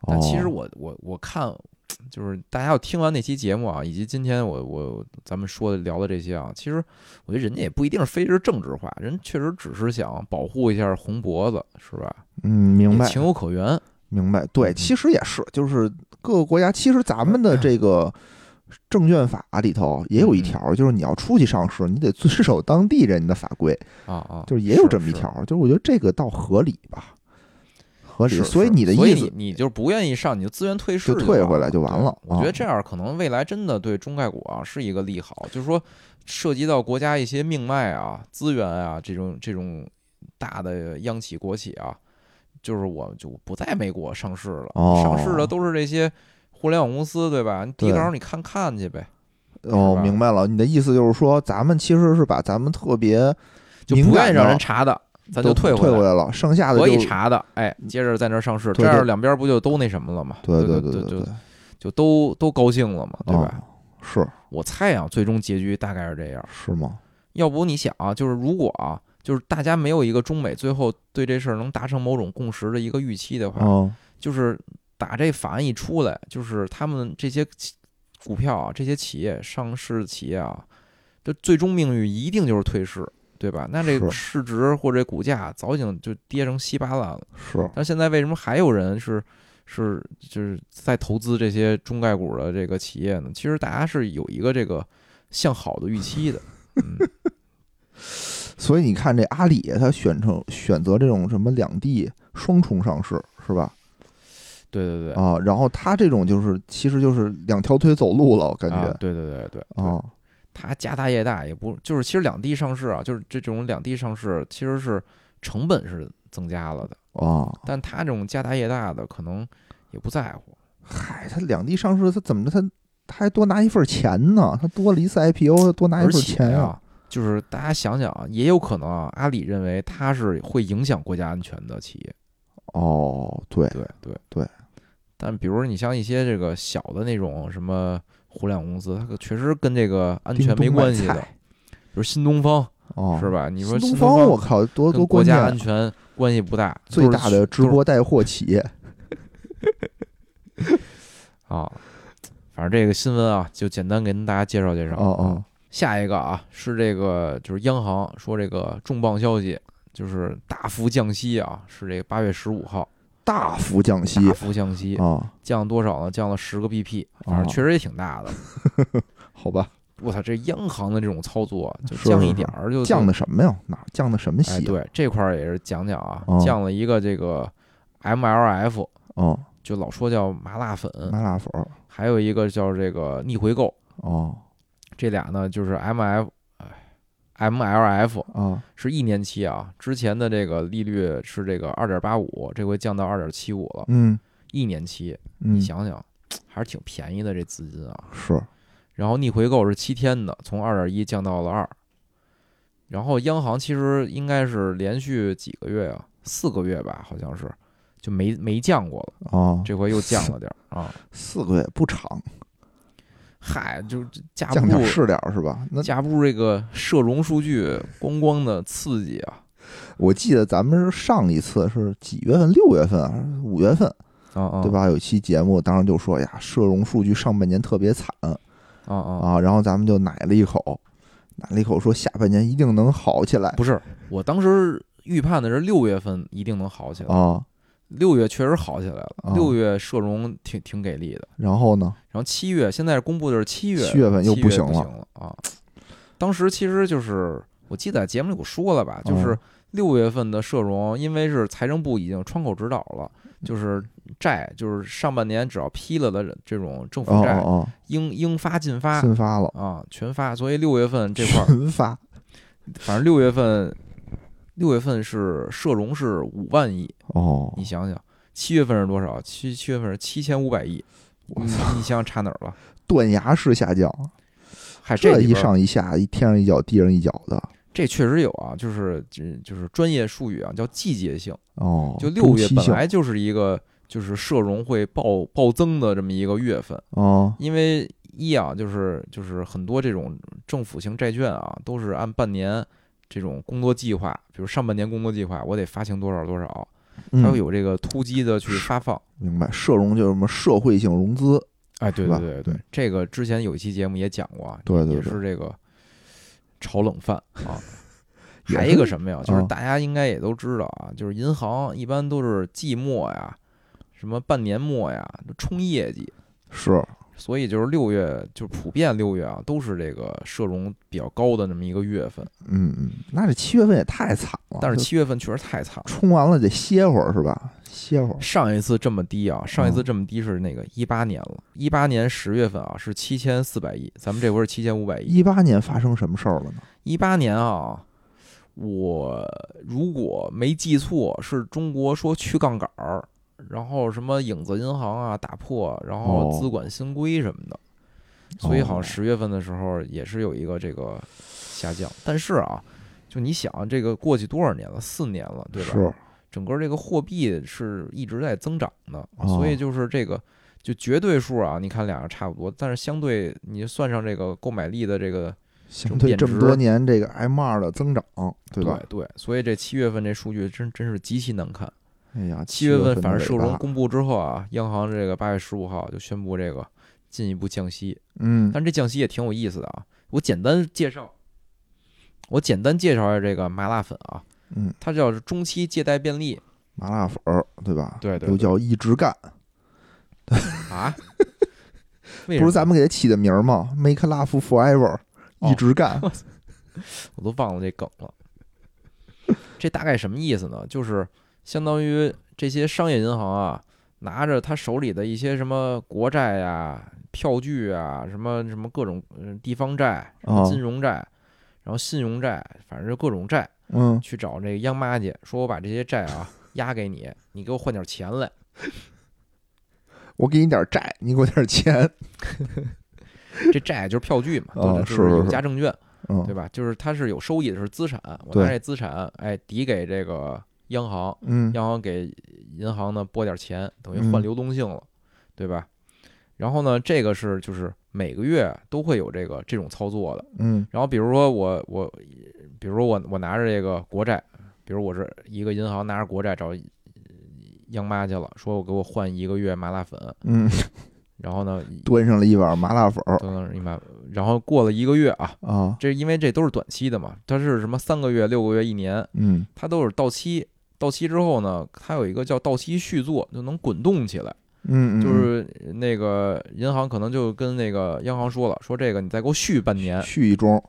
S2: 但其实
S1: 哦
S2: 我我我看，就是大家要听完那期节目啊，以及今天我我咱们说的聊的这些啊，其实我觉得人家也不一定非是政治化，人确实只是想保护一下红脖子，是吧？
S1: 嗯，明
S2: 也嗯
S1: 白
S2: 情有可原。
S1: 明白，对，其实也是，就是各个国家，其实咱们 的这个。证券法里头也
S2: 嗯
S1: 有一条，就是你要出去上市，你得遵守当地人的法规，
S2: 啊啊，
S1: 就是也有这么
S2: 是
S1: 一。条，就是我觉得这个倒合理吧，合理。
S2: 是
S1: 所以
S2: 是
S1: 你的
S2: 所
S1: 意
S2: 你
S1: 思
S2: 你就是不愿意上，你就自愿退市
S1: 就退
S2: 完
S1: 回来就完了
S2: 对我觉
S1: 啊
S2: 得这样可能未来真的对中概股啊是一个利好，就是说涉及到国家一些命脉啊、资源啊这种这种大的央企国企啊，就是我就不在美国上市了，
S1: 哦
S2: 上市的都是这些互联网公司，对吧？你地
S1: 对
S2: 道你看看去呗，
S1: 哦
S2: 是，吧
S1: 明白了，你的意思就是说，咱们其实是把咱们特别
S2: 就
S1: 敏
S2: 不愿
S1: 感
S2: 意让
S1: 的
S2: 人查的，咱就
S1: 都
S2: 退
S1: 退
S2: 回
S1: 回
S2: 来。
S1: 来了，剩下的
S2: 可以
S1: 就
S2: 查的，哎，接着在那儿上市，这
S1: 对
S2: 样
S1: 对
S2: 两边不就都那什么了嘛？
S1: 对
S2: 对
S1: 对
S2: 就
S1: 对，
S2: 就都都高兴了嘛，对吧？
S1: 哦是
S2: 我猜啊，最终结局大概是这样。
S1: 是吗？
S2: 要不你想啊，就是如果啊，就是大家没有一个中美最后对这事儿能达成某种共识的一个预期的话，
S1: 嗯，
S2: 就是打这法案一出来，就是他们这些企股票啊，这些企业上市企业啊，这最终命运一定就是退市，对吧？那这
S1: 是
S2: 市值或者股价早已经就跌成稀巴烂了。
S1: 是
S2: 但现在为什么还有人是是就是在投资这些中概股的这个企业呢？其实大家是有一个这个向好的预期的， 嗯，
S1: 所以你看，这阿里它选成选择这种什么两地双重上市是吧？
S2: 对对对，
S1: 啊，然后它这种就是其实就是两条腿走路了，我感觉
S2: 啊，对对对对，
S1: 啊，
S2: 它家大业大也不就是其实两地上市啊，就是这种两地上市其实是成本是增加了的，
S1: 啊，
S2: 但它这种家大业大的可能也不在乎，
S1: 嗨，它两地上市，它怎么着它？它还多拿一份钱呢，它多了一次 IPO，它多拿一
S2: 而
S1: 份
S2: 且
S1: 钱
S2: 啊。就是大家想想啊，也有可能啊，阿里认为它是会影响国家安全的企业，
S1: 哦，对，
S2: 对对
S1: 对。
S2: 但比如你像一些这个小的那种什么互联网公司，它可确实跟这个安全没关系
S1: 叮咚
S2: 的
S1: 卖，菜
S2: 比如新东方、
S1: 哦，
S2: 是吧？你说
S1: 新东
S2: 新
S1: 方，我
S2: 方
S1: 靠，多多
S2: 跟国
S1: 关键
S2: 家
S1: 啊
S2: 安全关系不大，
S1: 最大的直
S2: 都是
S1: 播带货企业
S2: 啊。反正这个新闻啊，就简单给大家介绍介绍。
S1: 哦哦，
S2: 下一个啊是这个就是央行说这个重磅消息，就是大幅降息啊，是这个八月十五号
S1: 大幅降息
S2: 大幅降息，
S1: 啊，
S2: 降多少呢？降了十个 BP，反正
S1: 哦
S2: 确实也挺大的。
S1: 好吧，
S2: 我操，这央行的这种操作啊，就是降
S1: 是
S2: 一
S1: 是
S2: 点儿就
S1: 降的什么呀？哪降的什么
S2: 哎，
S1: 息？
S2: 对这块儿也是讲讲啊
S1: 哦，
S2: 降了一个这个 MLF，
S1: 哦，
S2: 就老说叫麻辣粉，
S1: 麻辣粉儿
S2: 还有一个叫这个逆回购，
S1: 哦
S2: 这俩呢就是 M F。哎 MLF
S1: 啊
S2: 是一年期啊，之前的这个利率是这个二点八五，这回降到二点七五了。
S1: 嗯
S2: 一年期，
S1: 嗯
S2: 你想想，还是挺便宜的这资金啊。
S1: 是
S2: 然后逆回购是七天的，从二点一降到了二。然后央行其实应该是连续几个月啊，四个月吧，好像是就没没降过了，
S1: 啊，
S2: 这回又降了点儿 啊。
S1: 四个月不长，
S2: 嗨，就是架
S1: 降
S2: 不
S1: 点
S2: 住
S1: 儿是点儿是吧？那
S2: 架不住这个社融数据咣咣的刺激啊
S1: 我记得咱们是上一次是几月份？六月份啊，五月份
S2: 啊啊，
S1: 对？吧？有一期节目当时就说哎呀，社融数据上半年特别惨
S2: 啊啊，
S1: 啊，然后咱们就奶了一口，奶了一口说下半年一定能好起来
S2: 不是，我当时预判的是六月份一定能好起来，
S1: 啊。
S2: 六月确实好起来了
S1: 啊，
S2: 六月社融挺挺给力的。
S1: 然后呢？
S2: 然后七月现在公布的是七月，
S1: 七月份又不
S2: 不
S1: 行了
S2: 了啊。当时其实就是我记得在节目里我说了吧，
S1: 嗯
S2: 就是六月份的社融，因为是财政部已经窗口指导了，就是债，就是上半年只要批了的这种政
S1: 哦
S2: 府债，
S1: 哦
S2: 应应发尽
S1: 哦，
S2: 发
S1: 新发了，
S2: 啊，全发。所以六月份这 块儿，
S1: 群发
S2: 反正六月份，六月份是社融是五万亿，
S1: 哦，
S2: 你想想，七月份是多少？七七月份是七千五百亿，你
S1: 我
S2: 你
S1: 操
S2: 想想差哪儿了？
S1: 断崖式下降，
S2: 还
S1: 这
S2: 里
S1: 一
S2: 边儿
S1: 上一下，一天上一脚，地上一脚的
S2: 这确实有啊，就是这就是专业术语啊，叫季节性。
S1: 哦，
S2: 就六月
S1: 周期
S2: 本
S1: 性
S2: 来就是一个就是社融会暴暴增的这么一个月份，
S1: 哦
S2: 因为一啊就是就是很多这种政府型债券啊都是按半年这种工作计划，比如上半年工作计划，我得发行多少多少，它
S1: 嗯，
S2: 会有这个突击的去发放。
S1: 明白，社融就是什么社会性融资，
S2: 哎，对
S1: 是吧
S2: 对对对
S1: 嗯，
S2: 这个之前有一期节目也讲过啊，
S1: 对对
S2: 也
S1: 对
S2: 是这个炒冷饭啊。
S1: 也是
S2: 还有嗯一个什么呀？就是
S1: 啊
S2: 大家应该也都知道啊，就是银行一般都是季末呀，什么半年末呀，冲业绩，
S1: 是
S2: 所以就是六月，就是普遍六月啊，都是这个社融比较高的那么一个月份。
S1: 嗯，嗯，那这七月份也太惨了。
S2: 哦但是
S1: 就
S2: 七月份确实太惨了，
S1: 冲完了得歇会儿是吧？歇会儿
S2: 上一次这么低啊，上一次这么低是那个一八年了，一八年十月份啊是七千四百亿，咱们这回是七千五百亿。
S1: 一八年发生什么事儿了呢？
S2: 一八年啊，我如果没记错，是中国说去杠杆儿，然后什么影子银行啊打破，然后
S1: 哦
S2: 资管新规什么的，所以好像
S1: 哦
S2: 十月份的时候也是有一个这个下降。但是啊，就你想，这个过去多少年了？四年了，对吧？
S1: 是
S2: 整个这个货币是一直在增长的，
S1: 哦
S2: 所以就是这个就绝对数啊，你看俩人差不多，但是相对你算上这个购买力的这个。
S1: 相对这么多
S2: 贬值
S1: 年这个 M 二的增长，对吧？
S2: 对所以这七月份这数据真真是极其难看。
S1: 哎呀，
S2: 七
S1: 月
S2: 月份反
S1: 的
S2: 正社
S1: 尾巴
S2: 融公布之后啊，央行这个八月十五号就宣布这个进一步降息，
S1: 嗯
S2: 但这降息也挺有意思的啊。我简单介绍，我简单介绍一下这个麻辣粉啊，
S1: 嗯，
S2: 它叫是中期借贷便利
S1: 麻辣粉儿对吧？
S2: 对对
S1: 又
S2: 对
S1: 叫一直干，
S2: 啊。为什
S1: 不是
S2: 么
S1: 咱们给它起的名儿吗？Make Love Forever，
S2: 哦
S1: 一直干
S2: 我都忘了这梗了。这大概什么意思呢？就是相当于这些商业银行啊，拿着他手里的一些什么国债呀、票据啊、什么什么各种呃地方债、什么
S1: 啊
S2: 金融债，然后信用债，反正就各种债，
S1: 嗯，
S2: 去找这个央妈去，说我把这些债啊押给你，你给我换点钱来。
S1: 我给你点债，你给我点 钱，
S2: 这债就是票据嘛，
S1: 啊
S2: 对吧就是
S1: 是
S2: 有
S1: 是
S2: 价证券，对
S1: 嗯
S2: 吧？就是它是有收益的，是资产。我
S1: 对
S2: 拿这资产，哎，抵给这个央行，
S1: 嗯，
S2: 央行给银行呢拨点钱，等于
S1: 嗯
S2: 换流动性了，对吧？然后呢，这个是就是每个月都会有这个这种操作的。
S1: 嗯
S2: 然后比如说我我，比如说我我拿着这个国债，比如我是一个银行拿着国债找央妈去了，说我给我换一个月麻辣粉，
S1: 嗯，
S2: 然后呢，
S1: 端上了一碗麻辣粉儿
S2: 都能一买，然后过了一个月啊，
S1: 啊，
S2: 这因为这都是短期的嘛，它是什么三个月、六个月、一年，
S1: 嗯
S2: 它都是到期，到期之后呢，它有一个叫到期续作，就能滚动起来。
S1: 嗯，嗯
S2: 就是那个银行可能就跟那个央行说了，说这个你再给我续半年。
S1: 续一盅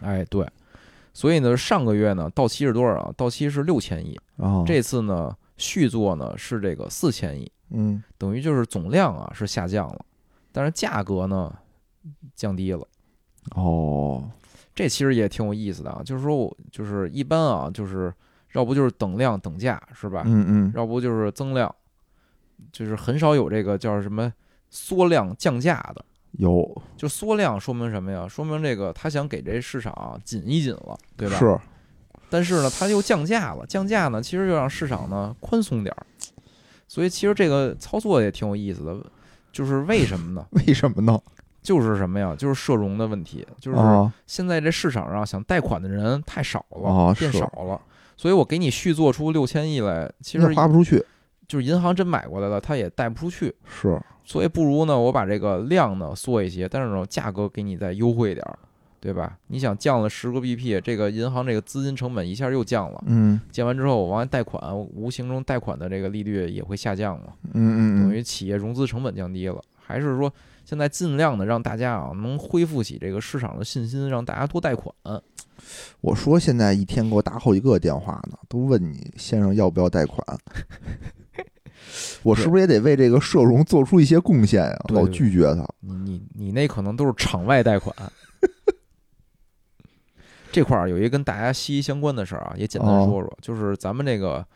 S2: 哎，对，所以呢，上个月呢到期是多少啊？到期是六千亿，
S1: 啊，
S2: 这次呢续作呢是这个四千亿，
S1: 嗯
S2: 等于就是总量啊是下降了，但是价格呢降低了。
S1: 哦，
S2: 这其实也挺有意思的啊，就是说我就是一般啊，就是要不就是等量等价是吧？
S1: 嗯嗯，
S2: 要不就是增量，就是很少有这个叫什么缩量降价的。
S1: 有
S2: 就缩量说明什么呀？说明这个他想给这市场啊紧一紧了，对吧？
S1: 是？
S2: 但是呢，它又降价了，降价呢，其实又让市场呢宽松点儿，所以其实这个操作也挺有意思的，就是为什么呢
S1: 为什么呢？
S2: 就是什么呀？就是社融的问题，就是
S1: 啊，
S2: 现在这市场上想贷款的人太少了，
S1: 哦
S2: 变
S1: 是
S2: 少了，所以我给你续做出六千亿来，其
S1: 那
S2: 实
S1: 花不出去，
S2: 就是银行真买过来了，它也贷不出去，
S1: 是
S2: 所以不如呢，我把这个量呢缩一些，但是呢价格给你再优惠点儿，对吧？你想降了十个 BP，这个银行这个资金成本一下又降了。
S1: 嗯
S2: 借完之后，我往外贷款，无形中贷款的这个利率也会下降嘛，
S1: 嗯嗯
S2: 等
S1: 嗯，
S2: 于企业融资成本降低了。还是说现在尽量的让大家啊能恢复起这个市场的信心，让大家多贷款。
S1: 我说现在一天给我打好几个电话呢，都问你先生要不要贷款。 我是不是也得为这个社融做出一些贡献呀、
S2: 对
S1: 老
S2: 对
S1: 拒绝他，
S2: 你你你那可能都是场外贷款。这块儿有一个跟大家息息相关的事儿啊，也简单
S1: 哦
S2: 说说，就是咱们这个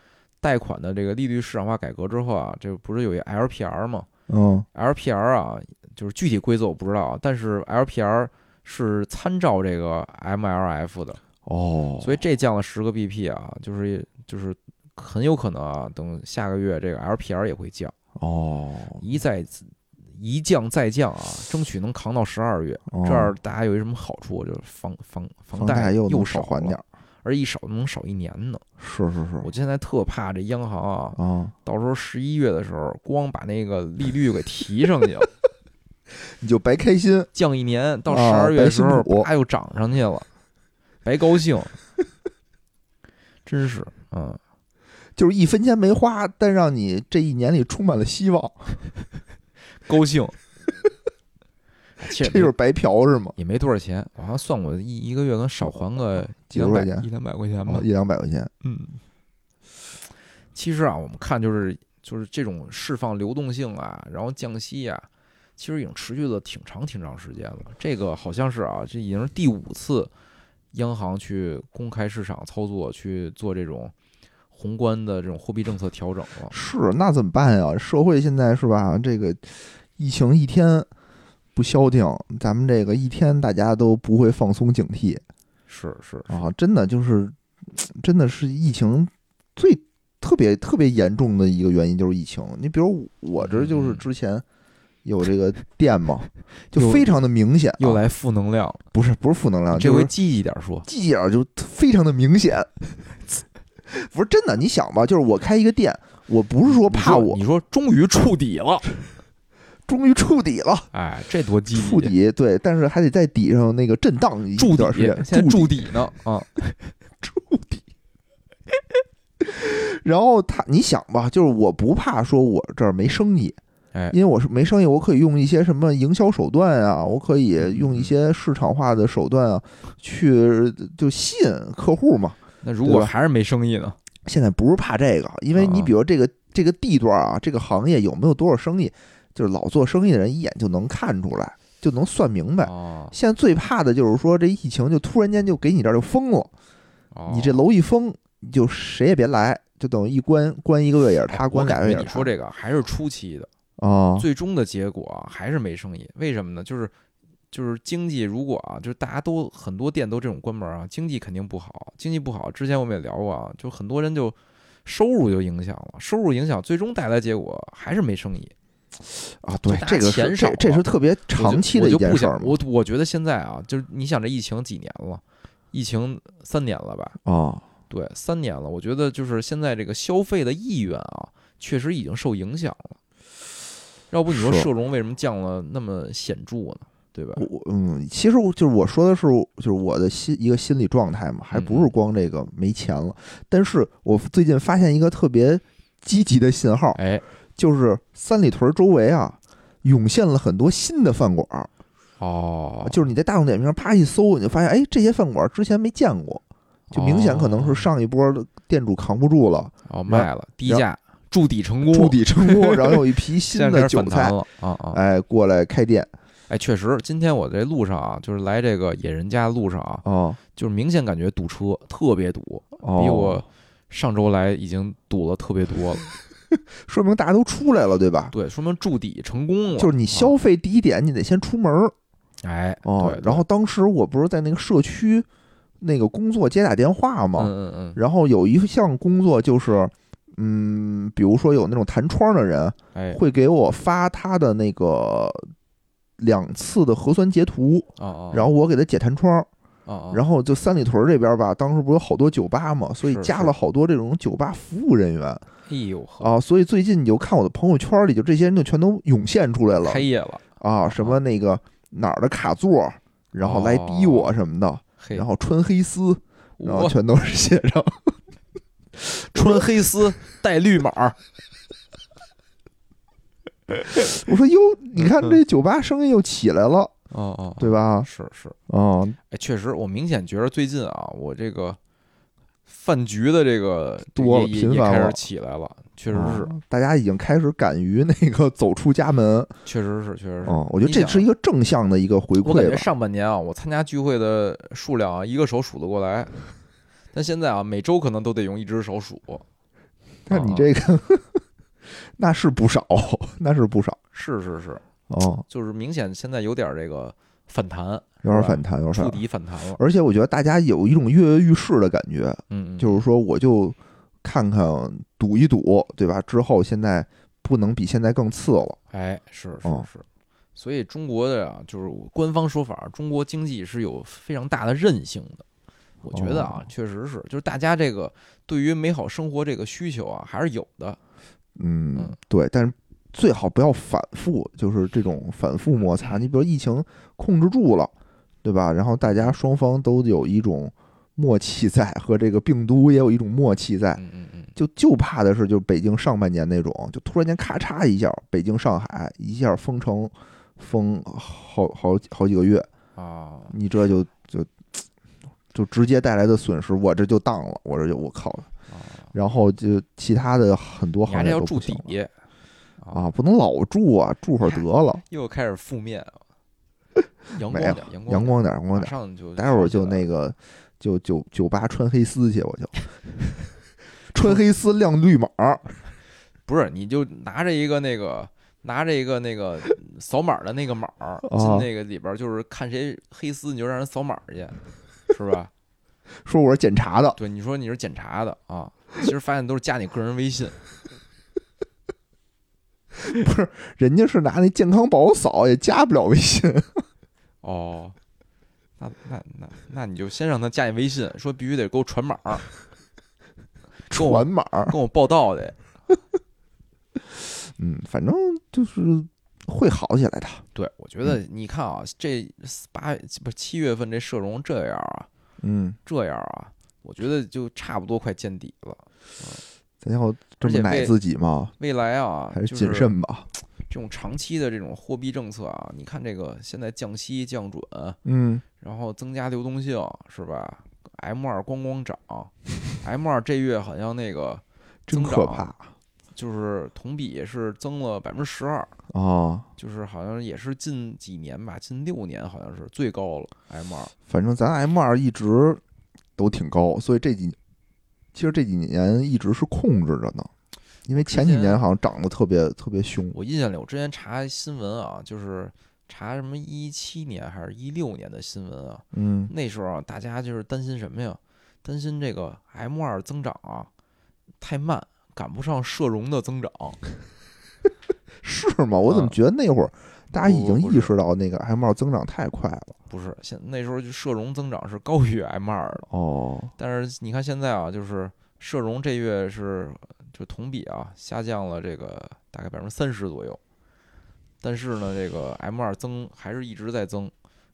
S2: 贷款的这个利率市场化改革之后啊，这不是有一 LPR 吗？
S1: 嗯
S2: LPR 啊，就是具体规则我不知道啊，但是 LPR 是参照这个 MLF 的，
S1: 哦，
S2: 所以这降了十个 BP 啊，就是就是很有可能啊，等下个月这个 LPR 也会降，
S1: 哦，
S2: 一再一降再降啊，争取能扛到十二月。这样大家有一什么好处？就是房房
S1: 哦房
S2: 贷
S1: 又能
S2: 少
S1: 少还
S2: 了
S1: 点，儿，
S2: 而一少能少一年呢。
S1: 是是是
S2: 我现在特怕这央行啊，
S1: 啊，
S2: 到时候十一月的时候，光把那个利率给提上 去了。
S1: 你就白开心，
S2: 降一年，到十
S1: 啊
S2: 二月的时候
S1: 白辛苦，
S2: 啪又涨上去了，白高兴，真是，嗯，
S1: 就是一分钱没花，但让你这一年里充满了希望，
S2: 高 兴。其
S1: 这
S2: 实
S1: 就是白嫖是吗？
S2: 也没多少钱，我好像算过一一个月能少还个
S1: 几
S2: 两
S1: 十
S2: 百
S1: 块钱
S2: 一两百块钱吧
S1: 哦，一两百块钱，
S2: 嗯。其实啊，我们看就是就是这种释放流动性啊，然后降息啊，其实已经持续了挺长挺长时间了。这个好像是啊，这已经是第五次央行去公开市场操作，去做这种宏观的这种货币政策调整了。
S1: 是那怎么办呀？社会现在是吧？这个疫情一天不消停，咱们这个一天大家都不会放松警惕
S2: 是是，
S1: 啊！真的就是，真的是疫情最特别特别严重的一个原因就是疫情。你比如我这就是
S2: 嗯
S1: 之前有这个店嘛，就
S2: 又
S1: 非常的明显啊、
S2: 又来负能量了，
S1: 不是不是负能量，
S2: 这
S1: 就是
S2: 回积极点说。
S1: 记点就非常的明显。 不是真的，你想吧，就是我开一个店，我不是说
S2: 你
S1: 怕我
S2: 你说终于触底了，
S1: 终于触底了，
S2: 哎，这多积极！
S1: 触底对，但是还得在底上那个震荡一
S2: 筑
S1: 段时
S2: 底，
S1: 间，
S2: 现在
S1: 筑
S2: 筑底呢啊，
S1: 然后他，你想吧，就是我不怕说我这儿没生意，
S2: 哎
S1: 因为我是没生意，我可以用一些什么营销手段啊，我可以用一些市场化的手段啊，去就吸引客户嘛。
S2: 那如
S1: 对
S2: 果
S1: 吧
S2: 还是没生意呢？
S1: 现在不是怕这个，因为你
S2: 啊
S1: 比如这个这个地段啊，这个行业有没有多少生意，就是老做生意的人一眼就能看出来，就能算明白。
S2: 哦，
S1: 现在最怕的就是说这疫情就突然间就给你这儿就封了，
S2: 哦
S1: 你这楼一封，你就谁也别来，就等于一关关一个月也是他，
S2: 哎我
S1: 关俩
S2: 感
S1: 月也
S2: 觉
S1: 是
S2: 你
S1: 他
S2: 说这个还是初期的，
S1: 啊，
S2: 最终的结果啊还是没生意。为什么呢？就是就是经济如果啊，就是大家都很多店都这种关门啊，经济肯定不好。经济不好，之前我们也聊过啊，就很多人就收入就影响了，收入影响最终带来结果还是没生意。
S1: 啊，对
S2: 就，大
S1: 这个
S2: 钱
S1: 是
S2: 少
S1: 这这
S2: 了
S1: 是特别长期的
S2: 我
S1: 一
S2: 就我就
S1: 件
S2: 不
S1: 事
S2: 想
S1: 儿嘛
S2: 我我觉得现在啊，就是你想这疫情几年了？疫情三年了吧？
S1: 啊，
S2: 对，三年了。我觉得就是现在这个消费的意愿啊，确实已经受影响了。要不你说
S1: 是
S2: 社融为什么降了那么显著呢？对吧？
S1: 我我嗯，其实我就是我说的是就是我的心一个心理状态嘛，
S2: 嗯
S1: 还不是光这个没钱了，但是我最近发现一个特别积极的信号，
S2: 哎，
S1: 就是三里屯周围啊。涌现了很多新的饭馆儿，
S2: 哦，
S1: 就是你在大众点评上啪一搜，你就发现，哎，这些饭馆儿之前没
S2: 哦
S1: 见过，就明显可能是上一波的店主扛不住了，
S2: 哦卖了低价，筑底成功，
S1: 筑底 成功，然后有一批新
S2: 现在
S1: 的
S2: 开始
S1: 韭
S2: 反弹
S1: 菜，
S2: 了啊啊！
S1: 哎，过来开店
S2: 哎，确实，今天我这路上啊，就是来这个野人家的路上啊，
S1: 哦
S2: 就是明显感觉堵车，特别堵，
S1: 哦，
S2: 比我上周来已经堵了特别多了。
S1: 说明大家都出来了，对吧？
S2: 对，说明筑底成功了。
S1: 就是你
S2: 啊，
S1: 消费第一点，你得先出门儿
S2: 哎，
S1: 哦
S2: 对。对
S1: 然后当时我不是在那个社区那个工作接打电话
S2: 嗯
S1: 嘛，
S2: 嗯嗯，
S1: 然后有一项工作就是，嗯，比如说有那种弹窗的人
S2: 哎，
S1: 会给我发他的那个两次的核酸截图，
S2: 哦哦，
S1: 然后我给他解弹窗。
S2: 哦哦，
S1: 然后就三里屯这边吧，当时不是有好多酒吧嘛，所以
S2: 是
S1: 加
S2: 是
S1: 了好多这种酒吧服务人员
S2: 哎呦呵，
S1: 啊，所以最近你就看我的朋友圈里，就这些人就全都涌现出来了
S2: 开业了，
S1: 啊，什么那个哪儿的卡座，然后来逼我什么的，
S2: 嘿，
S1: 然后穿黑丝，然后
S2: 哦我
S1: 全都是写上，
S2: 穿黑丝带绿码儿，
S1: 我说哟，你看
S2: 嗯
S1: 这酒吧生意又起来了，
S2: 哦哦，
S1: 对吧？
S2: 是是，
S1: 嗯，
S2: 哎，确实，我明显觉得最近啊，我这个饭局的这个
S1: 多了
S2: 也也
S1: 频
S2: 也
S1: 繁
S2: 开
S1: 了
S2: 始起来了，确实是，
S1: 啊大家已经开始敢于那个走出家门，
S2: 确实是，确实是。
S1: 嗯，我觉得
S2: 你
S1: 这
S2: 想
S1: 是一个正向的一个回
S2: 我感
S1: 馈
S2: 觉
S1: 吧，
S2: 上半年啊，我参加聚会的数量啊，一个手数得过来，但现在啊，每周可能都得用一只手数。
S1: 那你这 个那是不少， 那是不少
S2: 是是是，
S1: 哦，
S2: 就是明显现在有点这个反弹，
S1: 有点反弹，有点
S2: 触
S1: 反弹。
S2: 底反弹了。
S1: 而且我觉得大家有一种跃跃欲试的感觉，
S2: 嗯，嗯
S1: 就是说我就看看赌一赌，对吧？之后现在不能比现在更次了。
S2: 哎，是是
S1: 哦
S2: 是，所以中国的啊，就是官方说法，中国经济是有非常大的韧性的。我觉得啊
S1: 哦，
S2: 确实是，就是大家这个对于美好生活这个需求啊，还是有的。
S1: 嗯
S2: 嗯，
S1: 对，但是最好不要反复，就是这种反复摩擦。你比如疫情控制住了，对吧？然后大
S2: 嗯
S1: 家双方都有一种默契在，和这个病毒也有一种默契在。
S2: 嗯嗯嗯，
S1: 就就怕的是，就是北京上半年那种，就突然间咔嚓一下，北京、上海一下封城，封好好好几个月，
S2: 啊，
S1: 你这就就就直接带来的损失，我这就当了，我这就我靠，
S2: 啊
S1: 然后就其他的很多
S2: 你
S1: 行
S2: 还是
S1: 业
S2: 要
S1: 都
S2: 筑
S1: 不行了
S2: 底
S1: 啊，，不能老住啊，住
S2: 哎
S1: 会儿得了，
S2: 又开始负面 啊。阳
S1: 没
S2: 光
S1: 有
S2: 点，阳
S1: 阳
S2: 光
S1: 光点儿，阳光
S2: 马
S1: 点儿，
S2: 上就
S1: 待会儿就
S2: 好起来
S1: 那
S2: 了
S1: 个就酒酒吧穿黑丝去， 我就穿黑丝亮绿码儿，
S2: 不是，你就拿着一个那个拿着一个那个扫码的那个码儿
S1: 啊
S2: 进那个里边，儿，就是看谁黑丝，你就让人扫码去，是吧？
S1: 说我是检查的，
S2: 对，你说你是检查的啊，其实发现都是加你个人 微信，
S1: 人家是拿那健康宝扫，也加不了微信。
S2: 哦，那那那那你就先让他加你微信，说必须得给我传码儿，跟我
S1: 传码儿，
S2: 跟我报道的。
S1: 嗯，反正就是会好起来的。
S2: 对，我觉得你看啊，这八不七月份这社融这样啊，
S1: 嗯，
S2: 这样啊，我觉得就差不多快见底了。
S1: 咱要这
S2: 而且
S1: 么奶
S2: 为
S1: 自己吗？
S2: 未来啊，
S1: 还是
S2: 就
S1: 谨慎吧。
S2: 这种长期的这种货币政策啊，你看这个现在降息降准，
S1: 嗯，
S2: 然后增加流动性，是吧？M 二咣咣涨，M 二这月好像那个
S1: 真
S2: 增
S1: 可
S2: 长
S1: 怕
S2: 就是同比是增了百分之十二，
S1: 啊！
S2: 就是好像也是近几年吧，近六年好像是最高了 M 二。
S1: 反正咱 M 二一直都挺高，所以这几其实这几年一直是控制着呢。因为前几
S2: 之
S1: 年
S2: 前
S1: 好像涨得特别特别凶
S2: 我印象里，我之前查新闻啊，就是查什么一七年还是一六年的新闻啊，
S1: 嗯，
S2: 那时候啊，大家就是担心什么呀？担心这个 M 二增长啊太慢，赶不上社融的增长。
S1: 是吗？我怎么
S2: 啊
S1: 觉得那会儿大家已
S2: 不
S1: 经
S2: 不
S1: 意
S2: 是
S1: 识到那个 M 二增长太快了？
S2: 不是，现那时候就社融增长是高于 M 二的，
S1: 哦，
S2: 但是你看现在啊，就是社融这月是就同比啊下降了这个大概百分之三十左右，但是呢，这个 M 二增还是一直在增。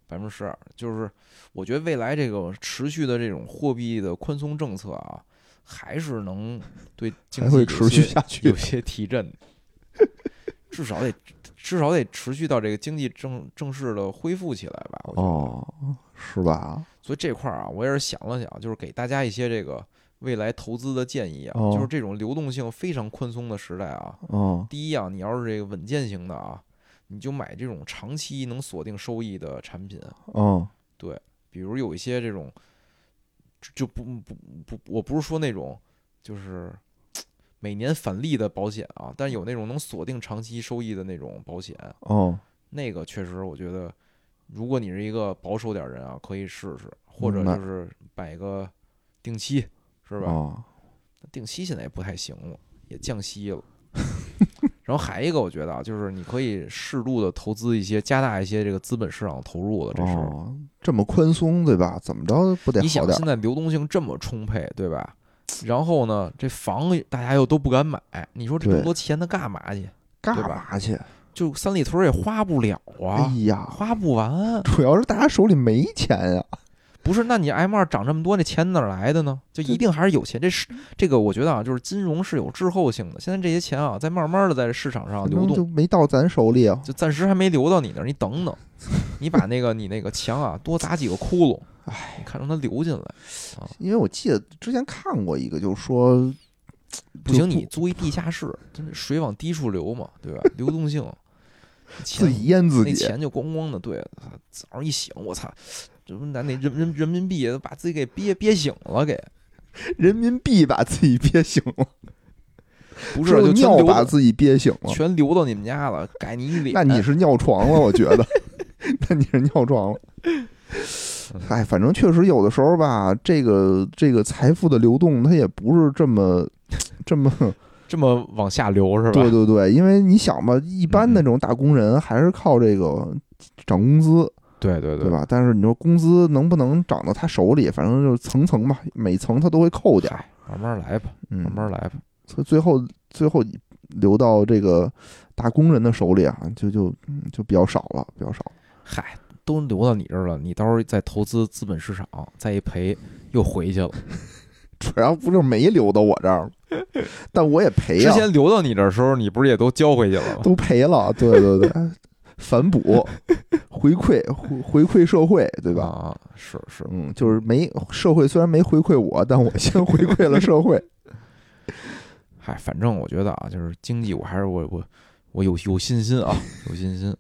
S2: 百分之十二，就是我觉得未来这个持续的这种货币的宽松政策啊，还是能对经
S1: 还
S2: 济
S1: 会
S2: 有
S1: 持续
S2: 些
S1: 下去
S2: 有些提振的，至少得至少得持续到这个经济正正式的恢复起来吧。我觉得，
S1: 哦，是吧？
S2: 所以这块儿啊，我也是想了想，就是给大家一些这个未来投资的建议啊，
S1: 哦
S2: 就是这种流动性非常宽松的时代啊，
S1: 哦，
S2: 第一啊，你要是这个稳健型的啊，你就买这种长期能锁定收益的产品，啊
S1: 哦，
S2: 比如有一些这种，就就不不不，我不是说那种就是每年返利的保险啊，但有那种能锁定长期收益的那种保险，
S1: 哦，
S2: 那个确实我觉得，如果你是一个保守点儿人啊，可以试试，或者
S1: 明白
S2: 就是买个定期，是吧？
S1: 哦，
S2: 定期现在也不太行了，也降息了。 然后还一个，我觉得啊，就是你可以适度的投资一些，加大一些这个资本市场投入的这事儿。
S1: 哦，这么宽松对吧？怎么着不得
S2: 你
S1: 好
S2: 想
S1: 点
S2: 现在流动性这么充沛，对吧？然后呢，这房大家又都不敢买，你说这
S1: 对
S2: 么多钱他干嘛去？
S1: 干
S2: 对吧啊
S1: 嘛去？
S2: 就三里屯也花不了
S1: 哎
S2: 啊，
S1: 呀，
S2: 花不完。
S1: 主要是大家手里没钱呀。
S2: 不是，那你 M 二涨这么多，那钱哪儿来的呢？就一定还是有钱。这是
S1: 嗯
S2: 这个，我觉得啊，就是金融是有滞后性的。现在这些钱啊，在慢慢的在市场
S1: 反
S2: 上啊流
S1: 正
S2: 动
S1: 就，没到咱手里啊。
S2: 就暂时还没流到你那儿，你等 等，你把那个你那个墙啊多砸几个窟窿，哎，你看让它流进来，
S1: 因为我记得之前看过一个，就是说，
S2: 不
S1: 就
S2: 行你租一地下室，真是水往低处流嘛， 对吧？流动性，
S1: 自
S2: 钱
S1: 己淹自
S2: 那
S1: 己，
S2: 钱就咣咣的，对，啊早上一醒，我操，这不拿那人人人民币把自己给憋憋醒了，给
S1: 人民币把自己憋醒了，
S2: 不
S1: 只
S2: 是
S1: 有
S2: 就全
S1: 尿
S2: 流
S1: 把
S2: 到
S1: 自己憋醒了。
S2: 全流到你们家了，改你一
S1: 嗯
S2: 脸，
S1: 那你是尿床了，我觉得， 那你是尿床了。
S2: 嗯
S1: 哎，反正确实有的时候吧，这个这个财富的流动，它也不是这么 这么，
S2: 这么往下流是吧？嗯
S1: 对对对，因为你想吧，一般那种打工人还是靠这个涨工资，
S2: 对对
S1: 对？吧？但是你说工资能不能涨到他手里，反正就是层层吧，每层他都会扣点儿，
S2: 嗨，慢慢来吧，
S1: 嗯
S2: 慢，慢来吧。
S1: 所以最后最后流到这个打工人的手里啊，就就嗯就比较少了，比较少了。
S2: 嗨，都流到你这儿了，你到时候再投资资本市场，再一赔又回去了。
S1: 主要不是没流到我这儿，但我也赔
S2: 之
S1: 啊，
S2: 前流到你这儿的时候，你不是也都交回去了吗？
S1: 都赔了，对对对， 反哺回馈回回馈社会，对吧？
S2: 啊，是是，
S1: 嗯，就是没社会虽然没回馈我，但我先回馈了社 会。
S2: 嗨，反正我觉得啊，就是经济，我还是我我我有有信心 啊，有信心。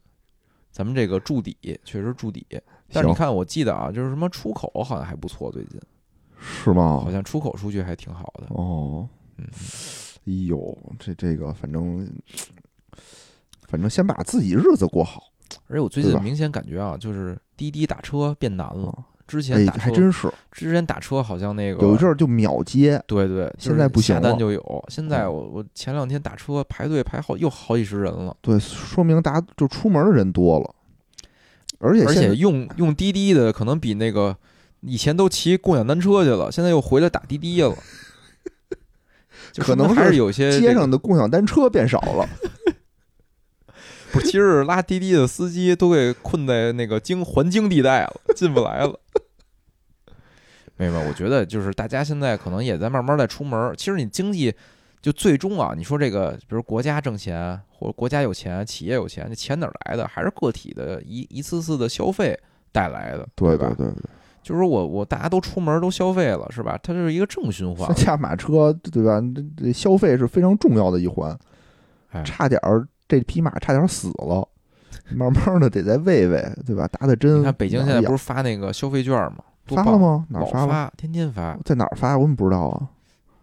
S2: 咱们这个筑底确实筑底，但是
S1: 行
S2: 你看，我记得啊，就是什么出口好像还不错，最近
S1: 是吗
S2: 好？像出口数据还挺好的。
S1: 哦，
S2: 嗯，
S1: 哎呦，这这个反正反正先把自己日子过好
S2: 而且我最
S1: 对
S2: 近
S1: 吧
S2: 明显感觉啊，就是滴滴打车变难了。
S1: 啊。
S2: 之前
S1: 哎，
S2: 嗯打车
S1: 还，真是
S2: 之前打车好像那个
S1: 有一阵儿就秒接，
S2: 对对，就是
S1: 现在不行
S2: 下单
S1: 了
S2: 就有。现在
S1: 嗯
S2: 我我前两天打车排队排好又好几十人了，
S1: 对，说明大家就出门的人多了，而且
S2: 而
S1: 现
S2: 且
S1: 在
S2: 用用滴滴的可能比那个以前都骑共享单车去了，现在又回来打滴 滴了。就
S1: 可
S2: 说明
S1: 能
S2: 还
S1: 是
S2: 有些这
S1: 街
S2: 个
S1: 上的共享单车变少 了。
S2: 不是，其实拉滴滴的司机都给困在那个京环京地带了，进不来了。 没有，我觉得就是大家现在可能也在慢慢在出门儿。其实你经济就最终啊，你说这个，比如国家挣钱或者国家有钱，企业有钱，这钱哪儿来的？还是个体的一一次次的消费带来的，
S1: 对
S2: 吧？
S1: 对对，
S2: 就是说我我大家都出门儿都消费了，是吧？它就是一个正循环
S1: 三。驾马车对吧？这这消费是非常重要的一环
S2: 哎，
S1: 差点儿这匹马差点儿死了，慢慢的得再喂喂，对吧？打打针。
S2: 你看北京现在
S1: 养
S2: 不是发那个消费券儿吗？多
S1: 发
S2: 棒
S1: 了？吗？哪
S2: 老
S1: 儿发了？
S2: 发，天天发。
S1: 在哪儿发？我怎么不知道啊？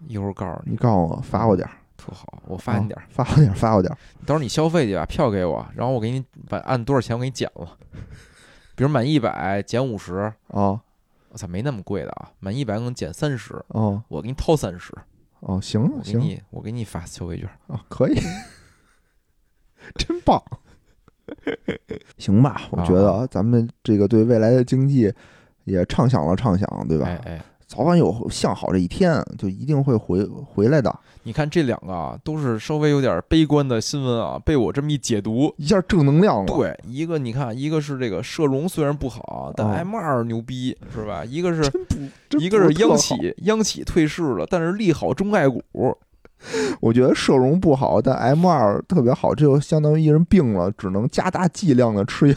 S2: 一会儿告诉你
S1: 你，告诉我，发我点儿，
S2: 特好，我发你点儿
S1: 啊。发我点儿，发我点儿。
S2: 到时候你消费去把票给我，然后我给你把按多少钱我给你减 了，比如满一百减五十，
S1: 哦
S2: 我操没那么贵的啊，满一百可能减三十，
S1: 哦
S2: 我给你掏三十，
S1: 哦，行啊
S2: 我给
S1: 行
S2: 你我给你发消费券，
S1: 啊，可以， 真棒。行吧，我觉得啊咱们这个对未来的经济也畅想了畅想，对吧？
S2: 哎哎，
S1: 早晚有向好这一天，就一定会回回来的。
S2: 你看这两个啊都是稍微有点悲观的新闻啊，被我这么一解读。
S1: 一下正能量了，
S2: 对，一个你看，一个是这个社融虽然不好，但
S1: 哦
S2: M 二牛逼是吧？一个是
S1: 真不，真
S2: 一个
S1: 不
S2: 是
S1: 特
S2: 央
S1: 好，
S2: 企，央企退市了，但是利好中概股，
S1: 我觉得社融不好，但 M 二特别好，这就相当于一人病了，只能加大剂量的吃药。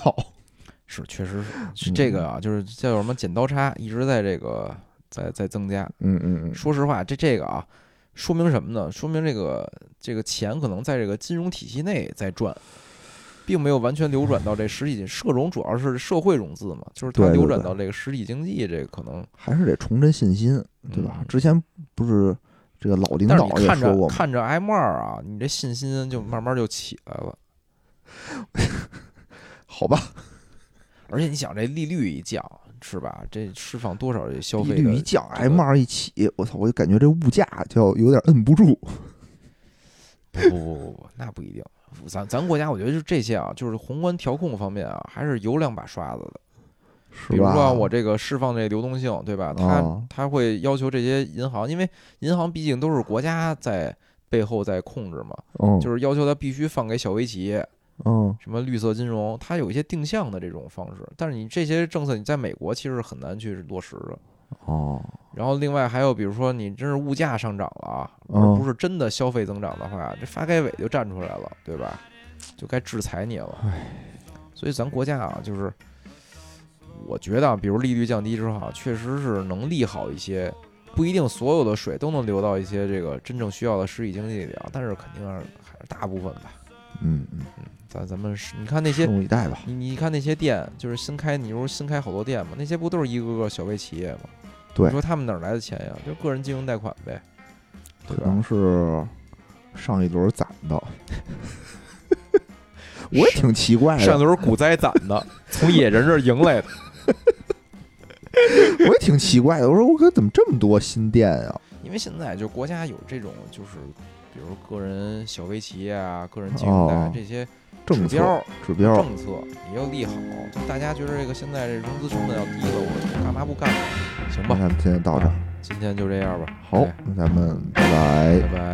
S2: 是，确实是是
S1: 嗯
S2: 这个啊，就是叫什么剪刀差，一直在这个在在增加。
S1: 嗯嗯嗯，
S2: 说实话，这这个啊，说明什么呢？说明这个这个钱可能在这个金融体系内在赚，并没有完全流转到这实体社融，主要是社会融资嘛，就是它
S1: 对对
S2: 流转
S1: 对
S2: 到这个实体经济，这个可能。
S1: 还是得重振信心，啊对吧？
S2: 嗯
S1: 之前不是这个老领
S2: 但是
S1: 导
S2: 你
S1: 也
S2: 看
S1: 说
S2: 着
S1: 过吗？
S2: 看着 M 二啊，你这信心就慢慢就起来了。
S1: 好吧，
S2: 而且你想，这利率一降，是吧？这释放多少这消
S1: 利
S2: 费
S1: 率一
S2: 的？
S1: 降
S2: 这个
S1: ，M 二一起，我操，我就感觉这物价就要有点摁不住。
S2: 不不不不，那不一定。咱咱国家，我觉得就这些啊，就是宏观调控方面啊，还是有两把刷子的。
S1: 是
S2: 比如
S1: 吧？
S2: 说我这个释放这流动性，对吧？它、
S1: 啊
S2: 它会要求这些银行，因为银行毕竟都是国家在背后在控制嘛，
S1: 嗯，
S2: 就是要求它必须放给小微企业，
S1: 嗯，
S2: 什么绿色金融，它有一些定向的这种方式。但是你这些政策，你在美国其实是很难去落实的。
S1: 哦，
S2: 然后另外还有，比如说你真是物价上涨了啊，
S1: 嗯
S2: 而不是真的消费增长的话，这发改委就站出来了，对吧？就该制裁你了。所以咱国家啊，就是我觉得啊，比如利率降低之后啊，确实是能利好一些，不一定所有的水都能流到一些这个真正需要的实体经济里啊，但是肯定还是还是大部分吧。
S1: 嗯嗯，
S2: 咱咱们是你看那些
S1: 拭目以待吧。
S2: 你你看那些店，就是新开，你不是新开好多店嘛？那些不都是一个个小微企业吗？
S1: 对
S2: 你说他们哪儿来的钱呀？就个人经营贷款呗，对
S1: 可
S2: 吧
S1: 能？是上一轮攒的，我也挺奇怪
S2: 上
S1: 的，
S2: 轮股灾攒 的，从野人这儿赢来的。
S1: 我也挺奇怪的。我说我可怎么这么多新店啊呀？
S2: 因为现在就国家有这种，就是比如个人小微企业啊、个人经营贷
S1: 哦
S2: 这些
S1: 政
S2: 指
S1: 策哦
S2: 标
S1: 指标，
S2: 政策，你要利好，就大家觉得这个现在这融资成本要低了，我干嘛不干呢？行
S1: 那
S2: 吧，嗯
S1: 咱们今天到这儿，
S2: 今天就这样吧。
S1: 嗯好
S2: 哎，
S1: 那咱们拜拜
S2: 拜。拜。